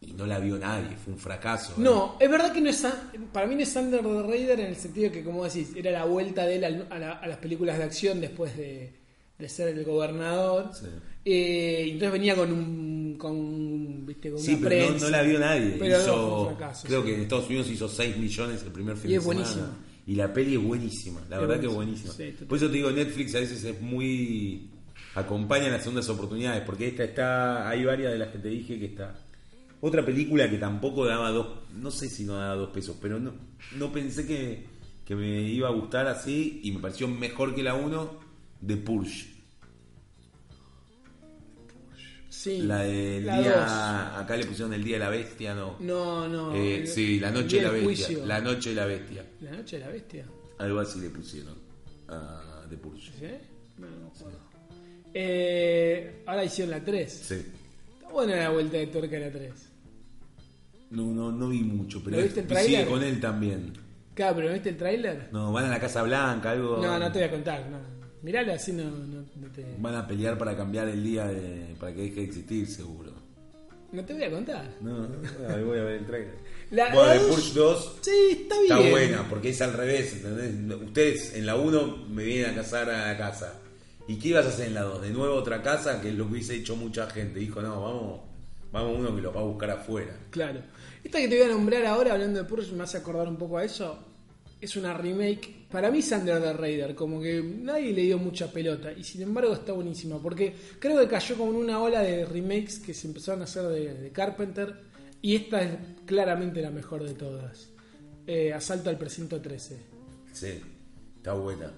y no la vio nadie, fue un fracaso. ¿eh? No, es verdad que no es. un- Para mí no es Under the Raider en el sentido que, como decís, era la vuelta de él al- a, la- a las películas de acción después de, de ser el gobernador. Sí. Eh, entonces venía con un. Con, ¿viste? con Sí, una pero no- no, prensa. la vio nadie. Pero Hizo- no, fue un fracaso, creo sí. que en Estados Unidos hizo 6 millones el primer fin Y de es semana. buenísima. Y la peli es buenísima, la Es verdad que es buenísima. buenísima. Sí, total. Por eso te digo, Netflix a veces es muy... acompaña las segundas oportunidades, porque esta está... hay varias de las que te dije que está. Otra película que tampoco daba dos... no sé si no daba dos pesos, pero no, no pensé que, que me iba a gustar así y me pareció mejor que la uno de Purge. Sí. La del la dos. día... Acá le pusieron el día de la bestia, ¿no? No, no. Eh, el- sí, La Noche de el la día del Bestia. juicio. La Noche de la Bestia. La noche de la bestia. Algo así le pusieron a The Purge. ¿Sí? No, no me acuerdo. Eh, ahora hicieron la 3. Sí. Está buena la vuelta de tuerca de la 3. No, no, no vi mucho, pero ¿Lo viste el sigue tráiler? con él también. Claro, pero ¿viste el tráiler? No, van a la Casa Blanca, algo. No, no te voy a contar. No. Miralo así, no, no, no te... Van a pelear para cambiar el día de- para que deje de existir, seguro. no te voy a contar. No, ahí voy a ver el trailer. La- bueno, la The dos- Purge 2 Sí, está bien. está buena, porque es al revés, ¿entendés? Ustedes en la 1 me vienen a casar a la casa. ¿Y qué ibas a hacer en la 2? De nuevo otra casa, que es lo que hubiese hecho mucha gente. Dijo, no, vamos, vamos uno que los va a buscar afuera. Claro. Esta que te voy a nombrar ahora, hablando de Purge, me hace acordar un poco a eso. Es una remake. Para mí es Under the Raider, como que nadie le dio mucha pelota. Y sin embargo está buenísima, porque creo que cayó como en una ola de remakes que se empezaron a hacer de, de Carpenter. Y esta es claramente la mejor de todas. Eh, Asalto al Precinto 13. Sí, está buena.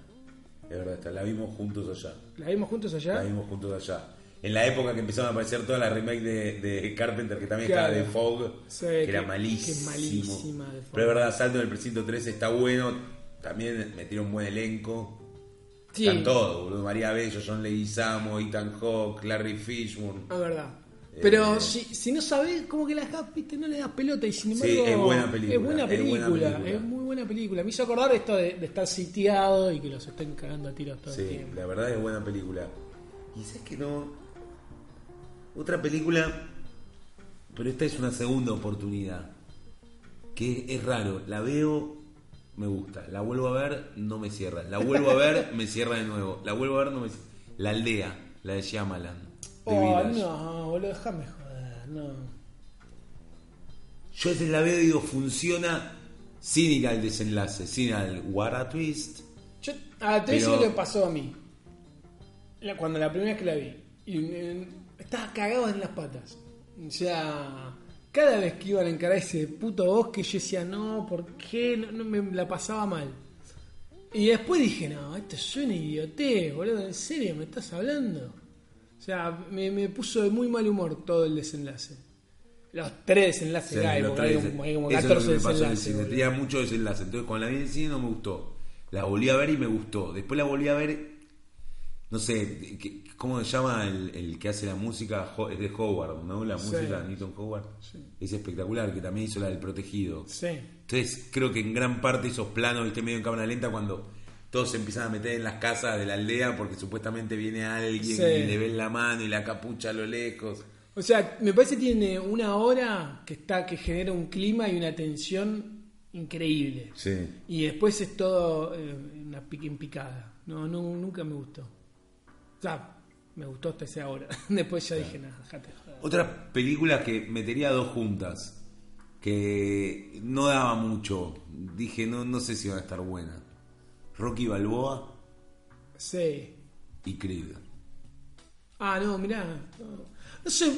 Es verdad, está. la vimos juntos allá. ¿La vimos juntos La allá? vimos juntos allá. En la época que empezaron a aparecer todas las remakes de, de Carpenter, que también Claro. estaba de Fog, Sí, que, que- era que malísimo. malísima de Fog. Pero es verdad, Salto en el Precinto 13 está bueno. También metieron un buen elenco. Sí, Están todos, boludo. María Bello, John Leguizamo, Ethan Hawke, Larry Fishburne. es verdad. Pero Eh, si, si no sabés, como que la dejas, viste, no le das pelota y sin Sí, embargo. es buena película, Es buena es buena película, es, película. muy buena película. Me hizo acordar esto de, de estar sitiado y que los estén cagando a tiros todo el Sí, tiempo. la verdad es buena película. Y sabes que no. Otra película, pero esta es una segunda oportunidad. Que es raro, la veo, me gusta. La vuelvo a ver, no me cierra. La vuelvo a ver, me cierra de nuevo. La vuelvo a ver, no me cierra. La aldea, la de Shyamalan. De Oh, Village. no, boludo, déjame joder, no. Yo a veces la veo y digo, funciona sin ir al desenlace, sin al what a twist. Yo, ah, te voy a decir Pero- lo que pasó a mí. La- cuando la primera vez que la vi. Y, eh, estaba cagado en las patas. O sea, cada vez que iban a encarar ese puto bosque, yo decía, no, ¿por qué? No, no me la pasaba mal. Y después dije, no, esto es un idiotez, boludo, ¿en serio me estás hablando? O sea, me, me puso de muy mal humor todo el desenlace. Los tres desenlaces Sí, que hay, lo porque trae hay ese- como, hay como eso 14 es lo que me pasó en el desenlaces. cine. boludo. Tenía mucho desenlace. Entonces, cuando la vi en el cine no me gustó. La volví a ver y me gustó. Después la volví a ver. No sé, ¿qué- ¿cómo se llama el, el que hace la música? Ho- Es de Howard, ¿no? La Sí. música de Newton Howard. Es espectacular, que también hizo la del protegido. Sí. Entonces, creo que en gran parte esos planos, viste, medio en cámara lenta, cuando todos se empiezan a meter en las casas de la aldea porque supuestamente viene alguien Sí. y le ven la mano y la capucha a lo lejos. O sea, me parece que tiene una hora que está que genera un clima y una tensión increíble. Sí. Y después es todo eh, una pique en picada. No, no, nunca me gustó. O sea, me gustó hasta esa hora. después ya dije, nada, jate. joder". Otras películas que metería dos juntas, que no daba mucho. Dije, no, no sé si van a estar buenas. Rocky Balboa Sí. y Creed. Ah, no, mirá. No, no sé.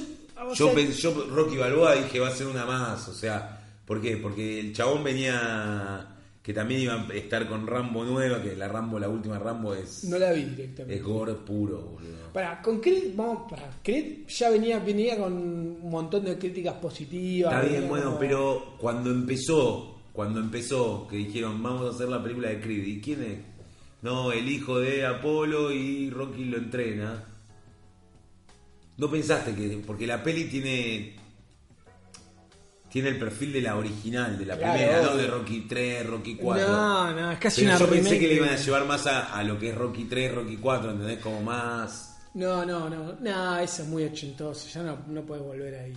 o Yo, sea, pen- yo Rocky Balboa dije, va a ser una más. O sea, ¿por qué? Porque el chabón venía, que también iba a estar con Rambo nueva, que la Rambo, la última Rambo es, no la vi directamente. es gore puro, boludo. Para, con Creed, vamos, para, Creed ya venía, venía con un montón de críticas positivas. Está bien, venía bueno, como- pero cuando empezó, cuando empezó, que dijeron vamos a hacer la película de Creed, ¿y quién es? No, el hijo de Apolo y Rocky lo entrena. No pensaste que, porque la peli tiene tiene el perfil de la original, de la Claro, primera, ¿no? obvio. De Rocky 3, Rocky 4. No, no, es casi Pero una yo pensé remake. que le iban a llevar más a, a lo que es Rocky 3, Rocky 4, ¿entendés? Como más... No, no, no. Nah, eso es muy ochentoso. Ya no, no puedes volver ahí.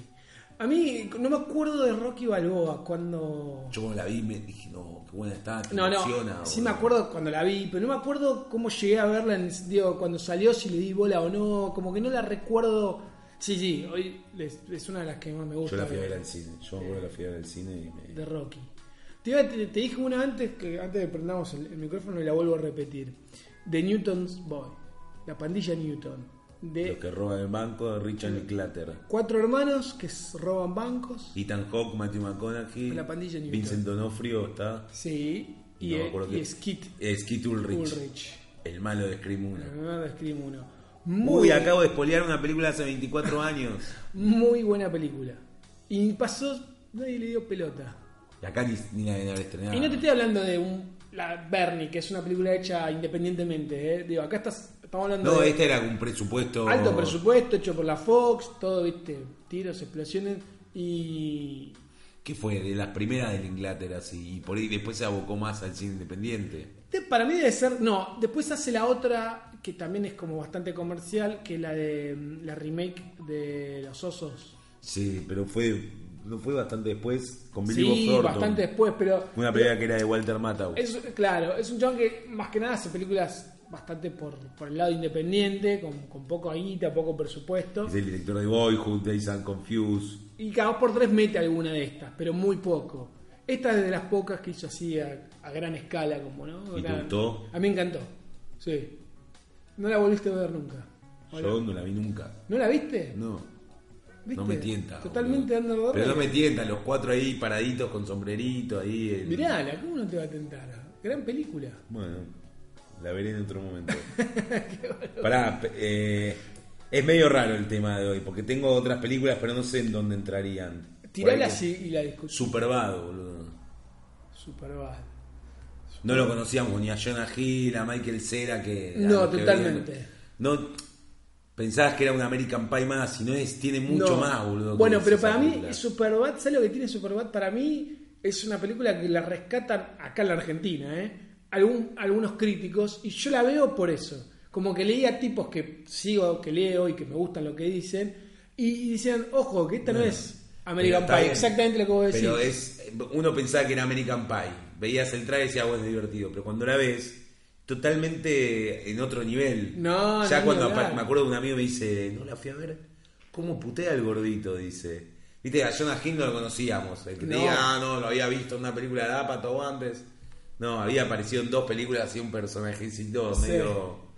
A mí no me acuerdo de Rocky Balboa cuando. Yo cuando la vi me dije, no, qué buena está, te No, no. emociona, Sí boludo. me acuerdo cuando la vi, pero no me acuerdo cómo llegué a verla en, digo, cuando salió, si le di bola o no. Como que no la recuerdo. Sí, sí, hoy les- es una de las que más me gusta. Yo la fui a de- ver al cine, yo me acuerdo que la fui a ver al cine y me... de Rocky. Te, iba- te- te dije una antes que antes de prendamos el, el micrófono y la vuelvo a repetir. De Newton's Boy, la pandilla Newton. Los De que roban el banco de Richard Clatter. cuatro hermanos que s- roban bancos. Ethan Hawke, Matthew McConaughey, La pandilla Newton. Vincent Donofrio está. Sí, y, No me eh, acuerdo y quién. Skid Eh, Skeet Ulrich, Ulrich. el malo de Scream 1. No escribo uno. Uy, Muy, acabo de espolear una película hace 24 años. muy buena película. Y pasó, nadie le dio pelota. Y acá ni, ni la deben haber estrenado. Y no te estoy hablando de un la Bernie, que es una película hecha independientemente. ¿eh? Digo, acá estás, estamos hablando No, de... este era un presupuesto... Alto presupuesto, hecho por la Fox, todo, viste, tiros, explosiones y... Que fue de las primeras de Inglaterra, así. Y por ahí después se abocó más al cine independiente. Te- Para mí debe ser... No, después hace la otra, que también es como bastante comercial, que es la de mm, la remake de Los Osos. Sí, pero fue... No fue bastante después con Billy Bob Sí, Thornton. bastante después, pero... Una película que era de Walter Matthau. Es, claro, es un chabón que más que nada hace películas bastante por, por el lado independiente, con, con poco guita, poco presupuesto. Es el director de Boyhood, Days and Confused. Y cada dos por tres mete alguna de estas, pero muy poco. Esta es de las pocas que hizo así a, a gran escala, como, ¿no? ¿Y te Gran- gustó? A mí me encantó. Sí. No la volviste a ver nunca. Hola. Yo no la vi nunca. ¿No la viste? No, ¿Viste? no me tienta. Totalmente boludo. underdog. Pero no me tienta, los cuatro ahí paraditos con sombrerito ahí. en- Mirala, ¿cómo no te va a tentar? Gran película. Bueno, la veré en otro momento. Pará, eh, es medio raro el tema de hoy, porque tengo otras películas, pero no sé en dónde entrarían. Tirala Por ahí así y la que- discutimos. Superbado, boludo. Super bad. No lo conocíamos ni a Jonah Hill, a Michael Cera, que... a No, los que totalmente. venían. No pensabas que era un American Pie más, y no es, tiene mucho No. más, boludo. que Bueno, es pero esa para mí, película. Superbad, ¿sabes lo que tiene Superbad? Para mí es una película que la rescatan acá en la Argentina, ¿eh? Algún- algunos críticos, y yo la veo por eso. Como que leía tipos que sigo, que leo y que me gustan lo que dicen, y, y decían, ojo, que esta no, Bueno, es Pero American está Pie, bien. exactamente lo que vos decís. Pero es, uno pensaba que era American Pie. Veías el trailer y decías, "Ah, bueno, es divertido. Pero cuando la ves, totalmente en otro nivel. No, Ya no, cuando ni apa- hablar. me acuerdo que un amigo me dice, no la fui a ver. ¿Cómo putea el gordito? Dice. Viste, a Jonah Hill no lo conocíamos. El que te No. diga, ah, no, lo había visto en una película de Apato o antes. No, había aparecido en dos películas así un personajecito Sí. medio.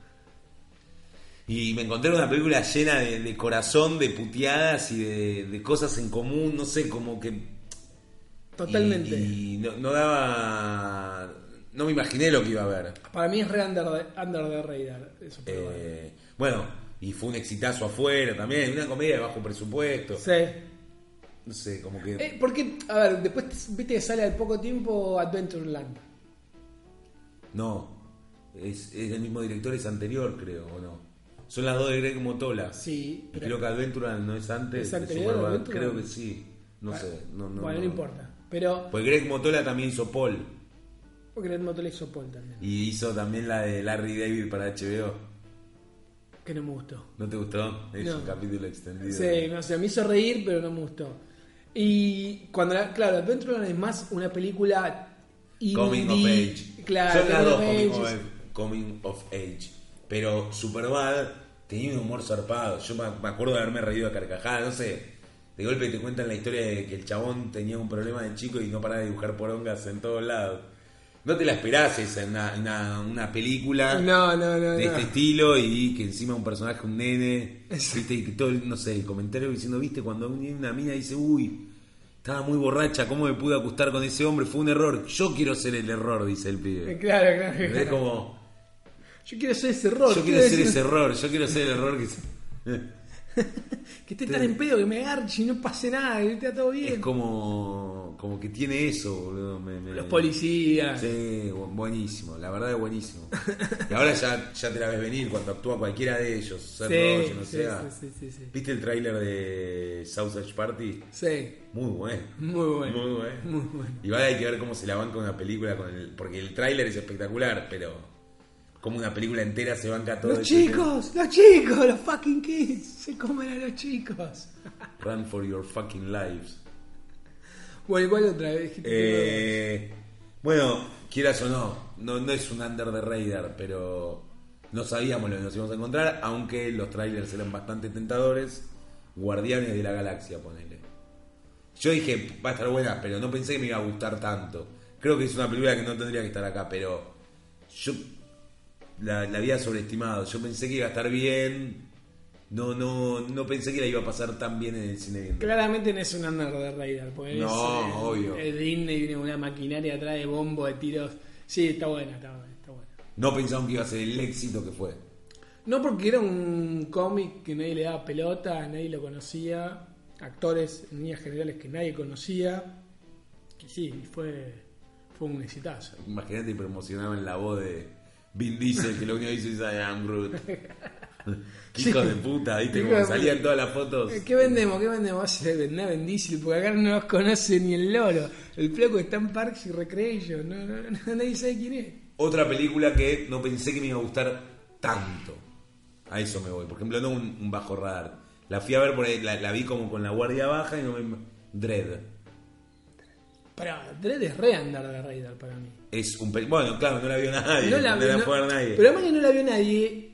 Y me encontré una película llena de, de corazón, de puteadas y de, de cosas en común, no sé, como que... Totalmente. Y, y no, no daba... No me imaginé lo que iba a ver. Para mí es re under, the- under the radar. eh, Superbad. Eh, bueno, y fue un exitazo afuera también, una comedia de bajo presupuesto. Sí. No sé, como que... Eh, porque, a ver, después viste que sale al poco tiempo Adventureland. No, es, es el mismo director, es anterior creo, ¿o no? Son las dos de Greg Motola. Sí, Y pero- creo que Adventure no es antes. ¿Es de anterior a Superbad, Adventure? Creo que sí. No sé. No, no, bueno, no, no. importa. Pero Pues Greg Motola también hizo Paul. porque el motor hizo Paul también. Y hizo también la de Larry David para HBO. Que no me gustó. ¿No te gustó? Es No. un capítulo extendido. Sí, no, o sea, me hizo reír, pero no me gustó. Y cuando la, claro, Adventureland es más una película indie, Coming of Age. Claro, Son las dos coming coming of of, ages. coming of Age. Pero Superbad tenía un humor zarpado. Yo me me acuerdo de haberme reído a carcajadas, no sé. De golpe te cuentan la historia de que el chabón tenía un problema de chico y no paraba de dibujar porongas en todos lados. No te la esperás esa en una, una- una película No, no, no, de no. este estilo y que encima un personaje, un nene, viste, y que todo, el- no sé, el comentario diciendo, viste, cuando un- una mina dice, uy, estaba muy borracha, ¿cómo me pude acostar con ese hombre? Fue un error, yo quiero ser el error, dice el Eh, pibe. Claro, claro. claro. Es como, Yo quiero ser ese error. yo quiero ser decir- ese error, yo quiero ser el error que... se- Que esté tan en pedo que me agarche y no pase nada, que esté todo Es bien. como, como que tiene eso, boludo. me- me- Los policías. Sí, bu- buenísimo, la verdad es buenísimo. Y ahora ya, ya te la ves venir cuando actúa cualquiera de ellos, ser Sí, Rogen, o sí, sea. sí, sí, sí, sí. ¿Viste el tráiler de Sausage Party? Sí, Muy bueno. muy bueno. Muy bueno. Muy bueno. Igual hay que ver cómo se la banca una película con el. Porque el tráiler es espectacular, pero. como una película entera se banca todo. este Los ese chicos, los chicos, los fucking kids se comen a los chicos. tema. Run for your fucking lives. Bueno, Pues igual otra vez. Eh, bueno, quieras o no, no, no es un under de radar, pero no sabíamos lo que nos íbamos a encontrar, aunque los trailers eran bastante tentadores. Guardianes de la Galaxia, ponele. Yo dije, va a estar buena, pero no pensé que me iba a gustar tanto. Creo que es una película que no tendría que estar acá, pero yo la, la había sobreestimado. Yo pensé que iba a estar bien. No, no, no pensé que la iba a pasar tan bien en el cine. viendo. Claramente no es un under de Raider, porque No, es, eh, obvio. es Disney viene con una maquinaria atrás de bombo, de tiros. Sí, está buena, está buena, está buena. No pensaron que iba a ser el éxito que fue. No porque era un cómic que nadie le daba pelota, nadie lo conocía, actores en líneas generales que nadie conocía. Que sí, y fue, fue un exitazo. Imagínate y promocionaban la voz de Vin Diesel, que lo único que hizo es I am Groot. Qué hijo Sí. de puta, ¿viste? Hijo Como de salían puta. todas las fotos. Eh, ¿Qué vendemos? ¿Qué vendemos? Hace vender Ben Diesel, porque acá no nos conoce ni el loro. El flaco está en Parks y Recreation, no, no- no- nadie sabe quién es. Otra película que no pensé que me iba a gustar tanto. A eso me voy. Por ejemplo, no un, un bajo radar. La fui a ver, por ahí, la, la vi como con la guardia baja y no me... Dread. Pero Dredd es re andar de Raider para mí. Es un... pe- Bueno, claro, no la vio nadie. No la, no- fue a ver nadie. Pero además que no la vio nadie,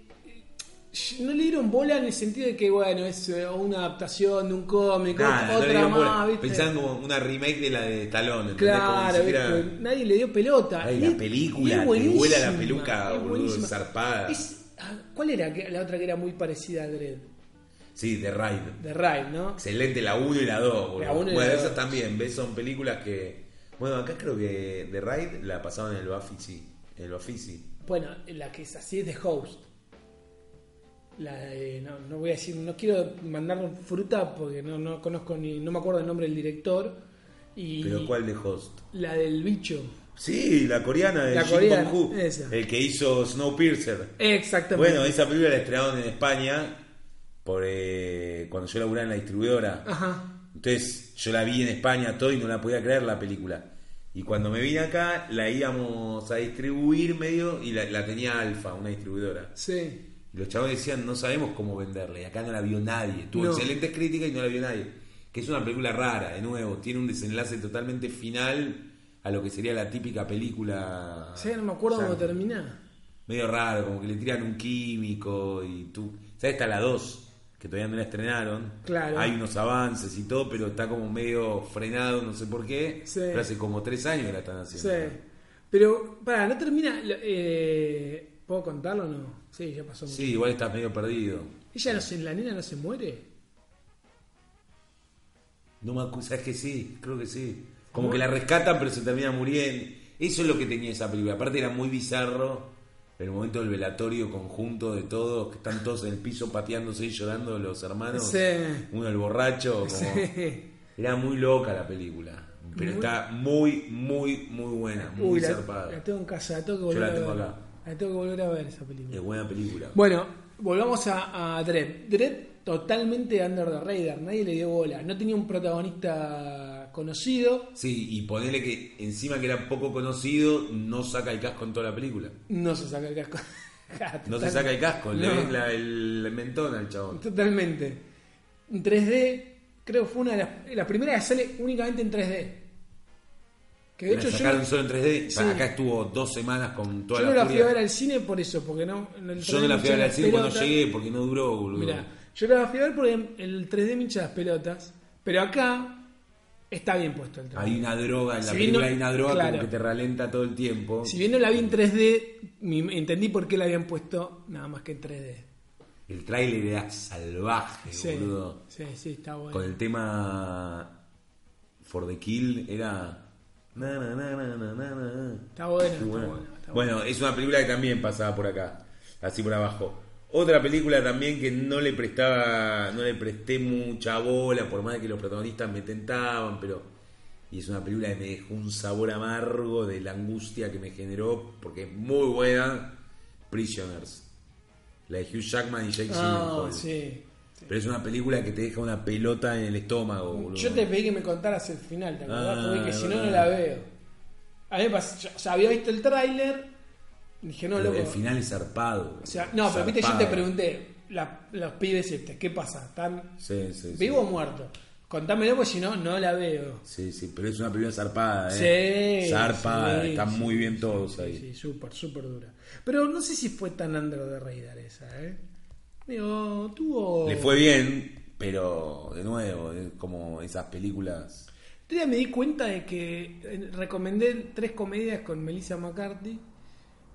no le dieron bola en el sentido de que, bueno, es eh, una adaptación de un cómic, Nada, no le otra dieron bola. más, ¿viste? Pensaban como una remake de la de Stallone. ¿entendés? Como ni Claro, siquiera- ¿viste? nadie le dio pelota. Ay, Y la es- película, y le es buenísima, vuela la peluca, es boludo, buenísima. zarpada. Es- ah, ¿Cuál era que- la otra que era muy parecida a Dredd? Sí, The Raid. De Raid, ¿no? Excelente la 1 y la 2. La uno y Bueno, la esas dos. también, ¿ves? Son películas que. Bueno, acá creo que The Raid la pasaban en el Bafisi. En el Bafisi. Bueno, la que es así es de Host. La de- no, no voy a decir, no quiero mandar fruta porque no, no conozco ni, no me acuerdo el nombre del director. Y ¿Pero cuál de Host? La del bicho. Sí, la coreana de La Jin coreana, Bong-Hu, esa. El que hizo Snowpiercer. Exactamente. Bueno, esa película la estrenaron en España por eh, cuando yo laburaba en la distribuidora. Ajá. Entonces yo la vi en España todo y no la podía creer la película. Y cuando me vine acá, la íbamos a distribuir medio y la, la tenía Alfa, una distribuidora. Sí. Y Los chavos decían, no sabemos cómo venderla. Y acá no la vio nadie. Tuvo No. excelentes críticas y no la vio nadie. Que es una película rara, de nuevo. Tiene un desenlace totalmente final a lo que sería la típica película. Sí, no me acuerdo sangre. cómo termina. Medio raro, como que le tiran un químico y tú. ¿Sabes? Está la 2, que todavía no la estrenaron. Claro. Hay unos avances y todo, pero está como medio frenado, no sé por qué. Sí. Pero hace como tres años que la están Sí. haciendo. Pero, para, no termina. lo- eh, ¿Puedo contarlo o no? Sí, ya pasó. Sí, igual estás medio perdido. Ella no se, la nena no se muere. No me acuerdo, es que sí, creo que sí. Como que la rescatan, pero se termina muriendo. Eso es lo que tenía esa película. Aparte, era muy bizarro el momento del velatorio conjunto de todos, que están todos en el piso pateándose y llorando los hermanos. Sí. Uno el borracho. Como... Sí. Era muy loca la película. Pero Muy- está muy, muy, muy buena. Muy Uy, la, zarpada. la tengo en casa, la tengo que Yo volver la a tengo ver. acá. La tengo que volver a ver esa película. Es buena película. Bueno, volvamos a, a Dredd. Dredd totalmente under the radar, nadie le dio bola. No tenía un protagonista conocido, Sí, y ponele que encima que era poco conocido, no saca el casco en toda la película. no se saca el casco. No se saca el casco, le No. ves la, el mentón al chabón. Totalmente. En 3D, creo que fue una de las, la primera que sale únicamente en 3D. Que de la hecho yo, sacaron no- solo en 3D. Sí. Acá estuvo dos semanas con toda yo la no la fui a furia. ver al cine por eso, porque no... en el Yo no 3D la me fui a ver hinchaba al cine cuando pelota. llegué porque no duró, boludo. Mirá, yo la fui a ver porque en el 3D me hincha las pelotas, pero acá está bien puesto el 3D. Hay una droga, en la Si bien película no- hay una droga claro. como que te ralenta todo el tiempo. Si bien no la vi en 3D, mi- entendí por qué la habían puesto nada más que en 3D. El tráiler era salvaje, Sí, boludo. sí, sí, está Con bueno. el tema For the Kill era... na, na, na, na, na, na, na. Está bueno, Muy está bueno. bueno, está bueno. Bueno, es una película que también pasaba por acá, así por abajo. Otra película también que no le prestaba, no le presté mucha bola, por más de que los protagonistas me tentaban, pero. Y es una película que me dejó un sabor amargo de la angustia que me generó, porque es muy buena. Prisoners. La de Hugh Jackman y Jake Ah, Gyllenhaal. sí. Pero es una película que te deja una pelota en el estómago, boludo. Yo te pedí que me contaras el final, ¿te acordás? Ah, Porque que si no, no verdad. la veo. A mí me pasó, yo- o sea, había visto el tráiler, Dije, no, Pero loco. El final es zarpado. O sea, no, pero viste, yo zarpado. te pregunté, la- los pibes estos, ¿qué pasa? ¿Están Sí, sí, sí. vivos o muertos? Contámelo, porque si no, no la veo. Sí, sí, pero es una película zarpada, ¿eh? Sí, Zarpada, sí, están sí, muy bien todos ahí. Sí, súper, súper dura. Pero no sé si fue tan under de radar esa, ¿eh? Digo, tuvo... Le fue bien, pero de nuevo, es como esas películas. Otro día me di cuenta de que eh, recomendé tres comedias con Melissa McCarthy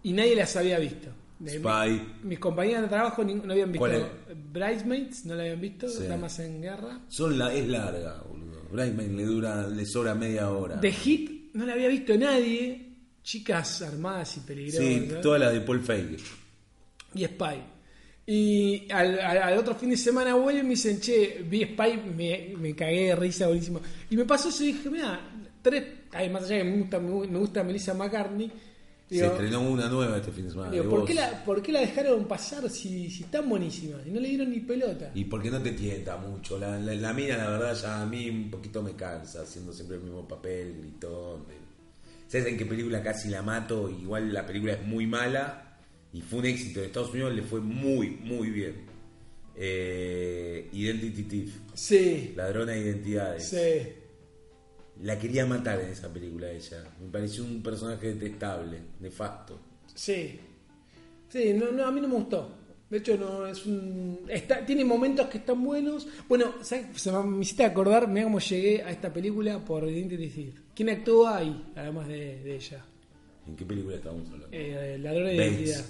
y nadie las había visto. De- Spy. Mis compañeras de trabajo nin- no habían visto. ¿Cuál Bridesmaids no la habían visto, Sí. Damas en Guerra. Son la, es larga, boludo. Brightman le dura, le sobra media hora. The Hit no la había visto nadie. Chicas armadas y peligrosas. sí, ¿no? toda la de Paul Feig. Y Spy. Y al, al- al otro fin de semana vuelvo y me dicen, che, vi Spy, me, me cagué de risa, buenísimo. Y me pasó eso y dije, mira, tres, ay, más allá que me gusta, me gusta Melissa McCartney. Se digo, estrenó una nueva este fin de semana. Digo, de ¿por, vos. qué la, por qué la dejaron pasar si, si tan buenísima? Y no le dieron ni pelota. Y porque no te tienta mucho. La, la, la mina, la verdad, ya a mí un poquito me cansa, haciendo siempre el mismo papel, gritón. ¿Sabes en qué película casi la mato? Igual la película es muy mala y fue un éxito. En Estados Unidos le fue muy, muy bien. Eh, Identity Thief, Sí, Ladrona de Identidades. sí. La quería matar en esa película ella. Me pareció un personaje detestable, nefasto. Sí. Sí, no, no, a mí no me gustó. De hecho, no es un. Está, tiene momentos que están buenos. Bueno, ¿sabes? Se me, me hiciste acordar, mira cómo llegué a esta película por Identity Thief. ¿Quién actúa ahí, además de, de ella? ¿En qué película estábamos hablando? Eh, Ladrón de Bates. identidad.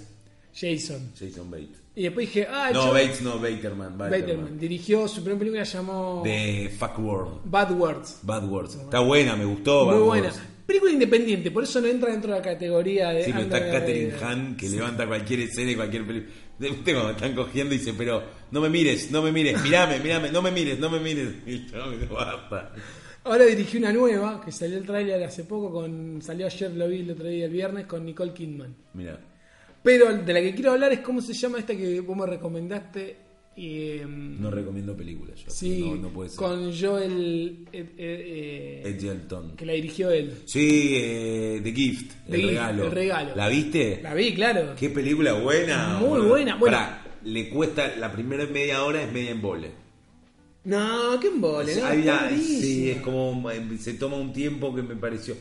Jason. Jason Bates. Y después dije, ah, No, yo- Bates, no, Baterman. Bateman. Baterman. Dirigió su primera película, llamó De Fuck World. Bad Words. Bad Wars. Está buena, me gustó. Muy Oh, Bad buena. Eh, Wars. Película independiente, por eso no entra dentro de la categoría de. Sí, pero under está the Katherine radar. Hahn que levanta cualquier escena y cualquier película. De un tema me están cogiendo y dice, pero no me mires, no me mires, mirame, mirame, no me mires, no me mires. Y yo, basta. Ahora dirigí una nueva que salió el tráiler hace poco, con salió ayer, lo vi el otro día, el viernes, con Nicole Kidman. Mira, Pero de la que quiero hablar es cómo se llama esta que vos me recomendaste. y, em, no recomiendo películas yo. sí, no, no puede ser. con Joel. eh, eh, eh, Edgy Elton. que la dirigió él. Sí, eh, The Gift, The el, Gift, regalo. El Regalo. ¿La viste? La vi, claro. Qué película buena. Muy boludo. buena, bueno. Pará, le cuesta la primera media hora es media en No, qué embole, ¿no? Hay Está una- sí, buenísima. es como eh, se toma un tiempo que me pareció.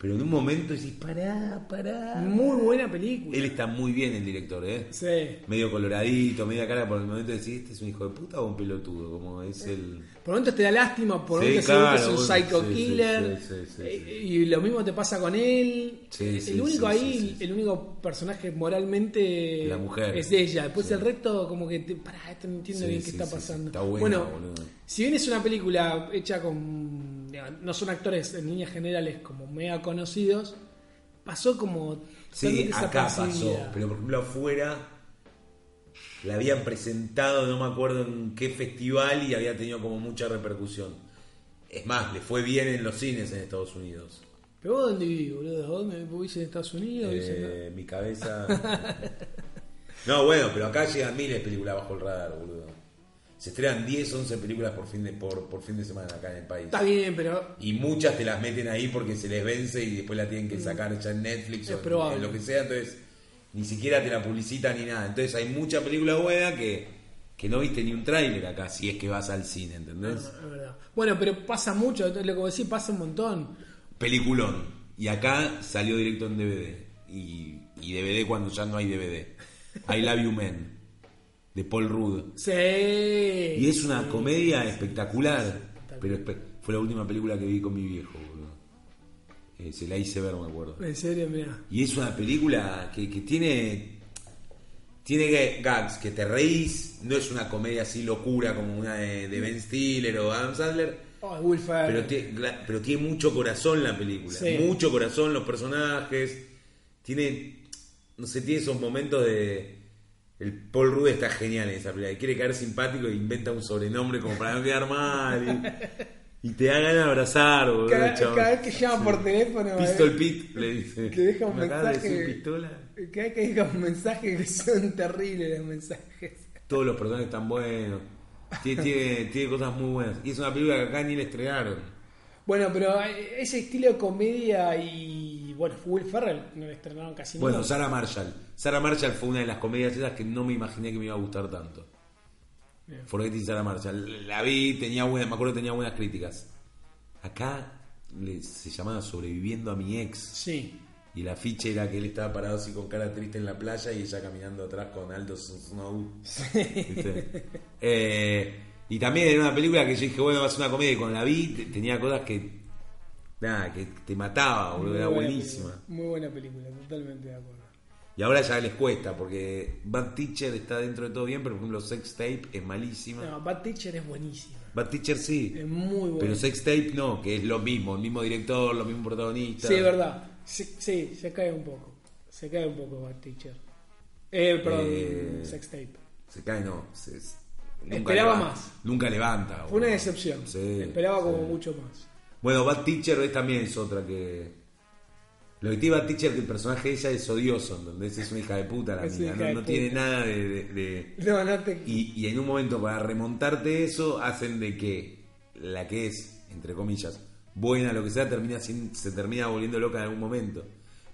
Pero en un momento decís, pará, pará. Muy buena película. Él está muy bien el director, ¿eh? Sí. Medio coloradito, media cara, por el momento decís, ¿este es un hijo de puta o un pelotudo? Como es el. Por momentos te da lástima, por Sí, momentos claro, seguro que es un bueno, psycho sí, sí, killer. sí, sí, sí, sí. eh, Y lo mismo te pasa con él. Sí, el sí, único sí, ahí, sí, sí, sí. el único personaje moralmente La mujer. es ella. Después Sí. el resto, como que te, pará, esto no entiendo Sí, bien qué sí, está sí, sí. pasando. Está buena, bueno, boludo. si bien es una película hecha con. No son actores en líneas generales como mega conocidos, pasó como. Sí, totalmente acá pasó. desapercibida. Pero por ejemplo, afuera la habían presentado, no me acuerdo en qué festival, y había tenido como mucha repercusión. Es más, le fue bien en los cines en Estados Unidos. Pero vos dónde vivís, boludo? ¿Vos me vivís en Estados Unidos? ¿Vivís en- Eh, mi cabeza. no, bueno, pero acá llegan miles de películas bajo el radar, boludo. Se estrenan 10, 11 películas por fin de, por, por fin de semana acá en el país. Está bien, pero Y muchas te las meten ahí porque se les vence y después la tienen que sacar ya en Netflix Mm. Es o en- en, probable. lo que sea, entonces ni siquiera te la publicitan ni nada. Entonces hay mucha película buena que, que no viste ni un tráiler acá si es que vas al cine, ¿entendés? Es verdad. Bueno, pero pasa mucho, lo que vos decís pasa un montón. Peliculón. Y acá salió directo en DVD. Y, y DVD cuando ya no hay DVD. I Love You Man, de Paul Rudd. Sí. Y es una comedia espectacular. Pero espe- fue la última película que vi con mi viejo, boludo. Eh, se la hice ver, me acuerdo. En serio, mira. Y es una película que, que tiene. Tiene ga- gags que te reís. No es una comedia así locura como una de, de Ben Stiller o Adam Sandler. Oh, Will Ferrell. Pero, tie- la- pero tiene mucho corazón la película. Sí. Mucho corazón los personajes. Tiene. No sé, tiene esos momentos de. El Paul Rudd está genial en esa película. Quiere caer simpático e inventa un sobrenombre como para no quedar mal. Y, y te da ganas de abrazar, boludo, cada, chabón. cada vez que llama por teléfono, Pistol eh, Pit le dice. Te deja un "Me acabas de decir mensaje". pistola? eh, cada vez que diga un mensaje que son terribles los mensajes. Todos los personajes están buenos. Tiene, tiene, tiene cosas muy buenas. Y es una película que acá ni la estrenaron. Bueno, pero eh, ese estilo de comedia y bueno, Will Ferrell no le estrenaron casi Bueno, nada. Sarah Marshall. Sarah Marshall fue una de las comedias esas que no me imaginé que me iba a gustar tanto. Bien. Forgetting Sarah Marshall. La vi, tenía buenas, me acuerdo que tenía buenas críticas. Acá le- se llamaba Sobreviviendo a mi ex. Sí. Y la ficha era que él estaba parado así con cara triste en la playa y ella caminando atrás con Aldo Snow. ¿Viste? Eh, y también era una película que yo dije, bueno, va a ser una comedia. Y cuando la vi, te- tenía cosas que. Nada, que te mataba, boludo. Era buena buenísima. película, muy buena película, totalmente de acuerdo. Y ahora ya les cuesta, porque Bad Teacher está dentro de todo bien, pero por ejemplo Sex Tape es malísima. No, Bad Teacher es buenísima. Bad Teacher sí, Es muy buena. pero Sex Tape no, que es lo mismo, el mismo director, los mismos protagonistas. Sí, es verdad. Sí, sí, se cae un poco. Se cae un poco Bad Teacher. Eh, perdón, Eh, Sex Tape. Se cae, no. se- se- Esperaba levanta, más. Nunca levanta. Fue boludo. una decepción. Sí, Esperaba como sí. mucho más. Bueno, Bad Teacher es también es otra que. Lo que tiene Bad Teacher que el personaje de ella es odioso, ¿entendés? Es una hija de puta la Es una mina, hija de no, no puta. tiene nada de- de- de No, no te. Y, y en un momento para remontarte eso, hacen de que la que es, entre comillas, buena, lo que sea, termina sin- se termina volviendo loca en algún momento.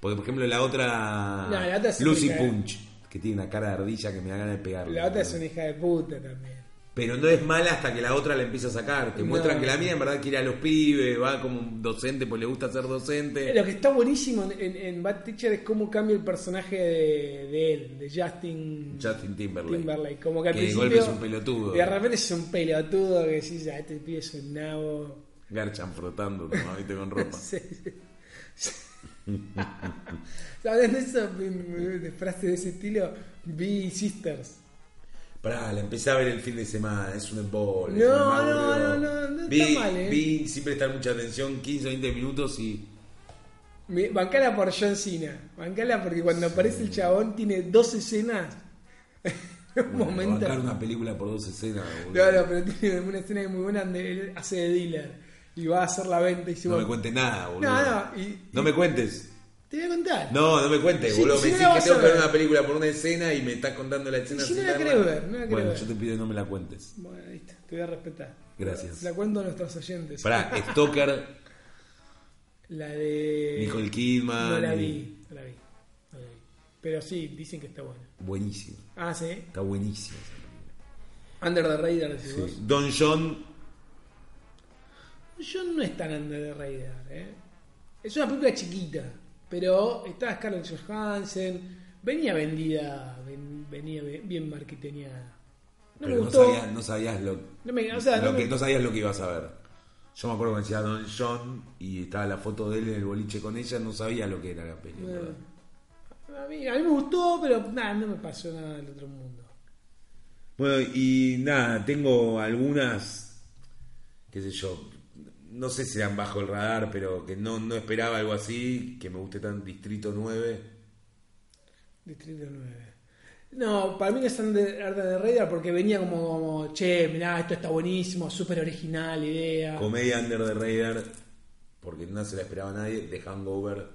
Porque, por ejemplo, la otra, No, la otra es Lucy única, eh. Punch, que tiene una cara de ardilla que me da ganas de pegarle. La otra es una hija de puta también. Pero no es mala hasta que la otra la empieza a sacar. Te No. muestran que la mía en verdad quiere a los pibes, va como un docente, pues le gusta ser docente. Eh, Lo que está buenísimo en, en- en Bad Teacher es cómo cambia el personaje de, de él, de Justin, Justin Timberlake. Timberlake. Como que al Que de principio. golpe es un pelotudo. Y de repente es un pelotudo que decís, ah, este pibe es un nabo. Garchan frotando, ¿no? ¿Viste? con ropa. Sí. ¿Sabes de eso? Me- me- De frases de ese estilo, vi Sisters. Pará, la empecé a ver el fin de semana, es un embole. No, es un embole, no, boludo. no, no, no está vi, mal, eh. Vi sin prestar mucha atención, 15 o 20 minutos y. Me- Bancala por John Cena. Bancala porque cuando aparece el chabón tiene dos escenas. un bueno, momento. Bancar una película por dos escenas, boludo. No, no, pero tiene una escena que es muy buena donde él hace de dealer y va a hacer la venta y se No va. me cuentes nada, boludo. No, no, y- No me cuentes. Te voy a contar. No, no me cuentes, Si- boludo. si me no decís la que vas tengo a que ver ver. una película por una escena y me estás contando la escena. Si no sin la darla. querés ver, no la querés Bueno, ver. yo te pido que no me la cuentes. Bueno, listo, te voy a respetar. Gracias. Se la cuento a nuestros oyentes. Pará, Stoker, La de. Nicole Kidman. Eh, No la y- vi, no la vi. no la vi. Pero sí, dicen que está buena. Buenísimo, Ah, sí. está buenísimo. esa película. Under the Radar, decís Sí. Don John, vos. Yo no es tan Under the Radar, ¿eh? Es una película chiquita, pero estaba Scarlett Johansson. Venía vendida, ven- venía be- bien marqueteñada. No me pero no, gustó. sabías, no sabías lo No me, o sea, lo no que me- no sabías lo que ibas a ver. Yo me acuerdo que decía Don John y estaba la foto de él en el boliche con ella, no sabía lo que era la peli. en Eh, ¿verdad? a, mí, a mí me gustó, pero nada, no me pasó nada del otro mundo. Bueno, y nada, tengo algunas, qué sé yo, no sé si eran bajo el radar, pero que no, no esperaba algo así, que me guste tan Distrito 9. Distrito 9. No, para mí no es Under Under the Radar porque venía como, como, che, mirá, esto está buenísimo, súper original, idea. Comedia Under the Radar, porque no se la esperaba nadie, The Hangover.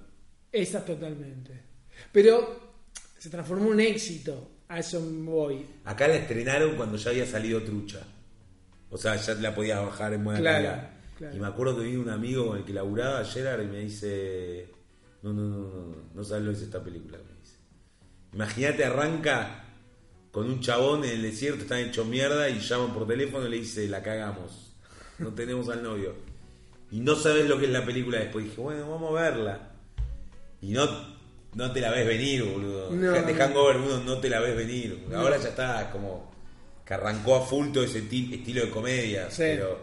Esa totalmente. Pero se transformó en un éxito. A eso voy. Acá la estrenaron cuando ya había salido Trucha. O sea, ya la podías bajar en buena Claro, calidad. claro. Y me acuerdo que vino un amigo con el que laburaba Gerard y me dice: No, no, no, no, no, no sabes lo que es esta película. Me dice: Imagínate, arranca con un chabón en el desierto, están hecho mierda y llaman por teléfono y le dice: La cagamos, no tenemos al novio. Y no sabes lo que es la película después. dije: Bueno, vamos a verla. Y no, no te la ves venir, boludo. No, Fíjate, no. Hangover 1 no te la ves venir. Ahora ya está como que arrancó a full todo ese ti- estilo de comedia, Sí. pero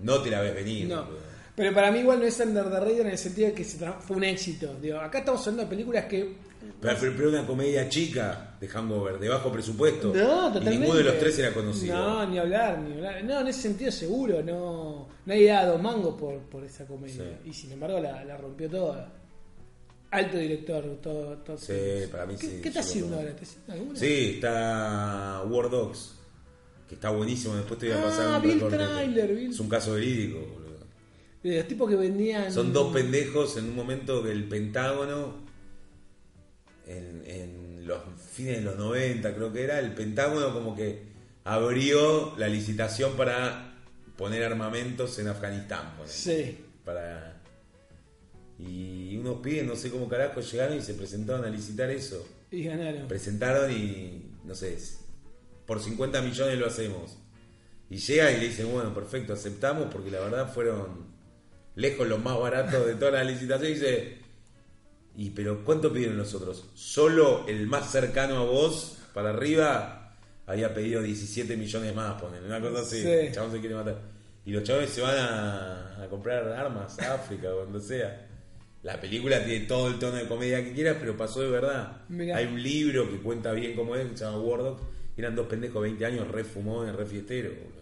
no te la ves venir. No. boludo. Pero para mí igual no es Under the Radar en el sentido de que se tra- fue un éxito. Digo, acá estamos hablando de películas que... Pero, pero- pero una comedia chica de Hangover, de bajo presupuesto. No, Y totalmente. ninguno de los tres era conocido. No, ni hablar, ni hablar. No, en ese sentido seguro, no. Nadie daba dos mangos por, por esa comedia. Sí. Y sin embargo la, la rompió toda. Alto director, todo, todo- Sí, para mí ¿Qué, sí, ¿Qué yo lo está haciendo conozco. ahora? ¿Está haciendo alguna? Sí, está War Dogs, que está buenísimo. Después te voy a Ah, pasar un vi el recorte. tráiler, vi el- Es un caso verídico, boludo. De los tipos que vendían. Son dos pendejos en un momento que el Pentágono, en, en los fines de los 90 creo que era, el Pentágono como que abrió la licitación para poner armamentos en Afganistán. ponele. Sí. Para... Y unos pibes, no sé cómo carajo, llegaron y se presentaron a licitar eso. Y ganaron. Presentaron y, no sé, por 50 millones lo hacemos. Y llega y le dicen, bueno, perfecto, aceptamos porque la verdad fueron lejos los más baratos de toda la licitación. Y dice, y pero ¿cuánto pidieron los otros? Solo el más cercano a vos, para arriba, había pedido 17 millones más, ponen, una cosa así. Sí. El chabón se quiere matar. Y los chavales se van a, a comprar armas a África, cuando sea. La película tiene todo el tono de comedia que quieras, pero pasó de verdad. Mirá. Hay un libro que cuenta bien cómo es, que se llama War Dogs, y Eran dos pendejos, 20 años, re fumones, re fiesteros. boludo.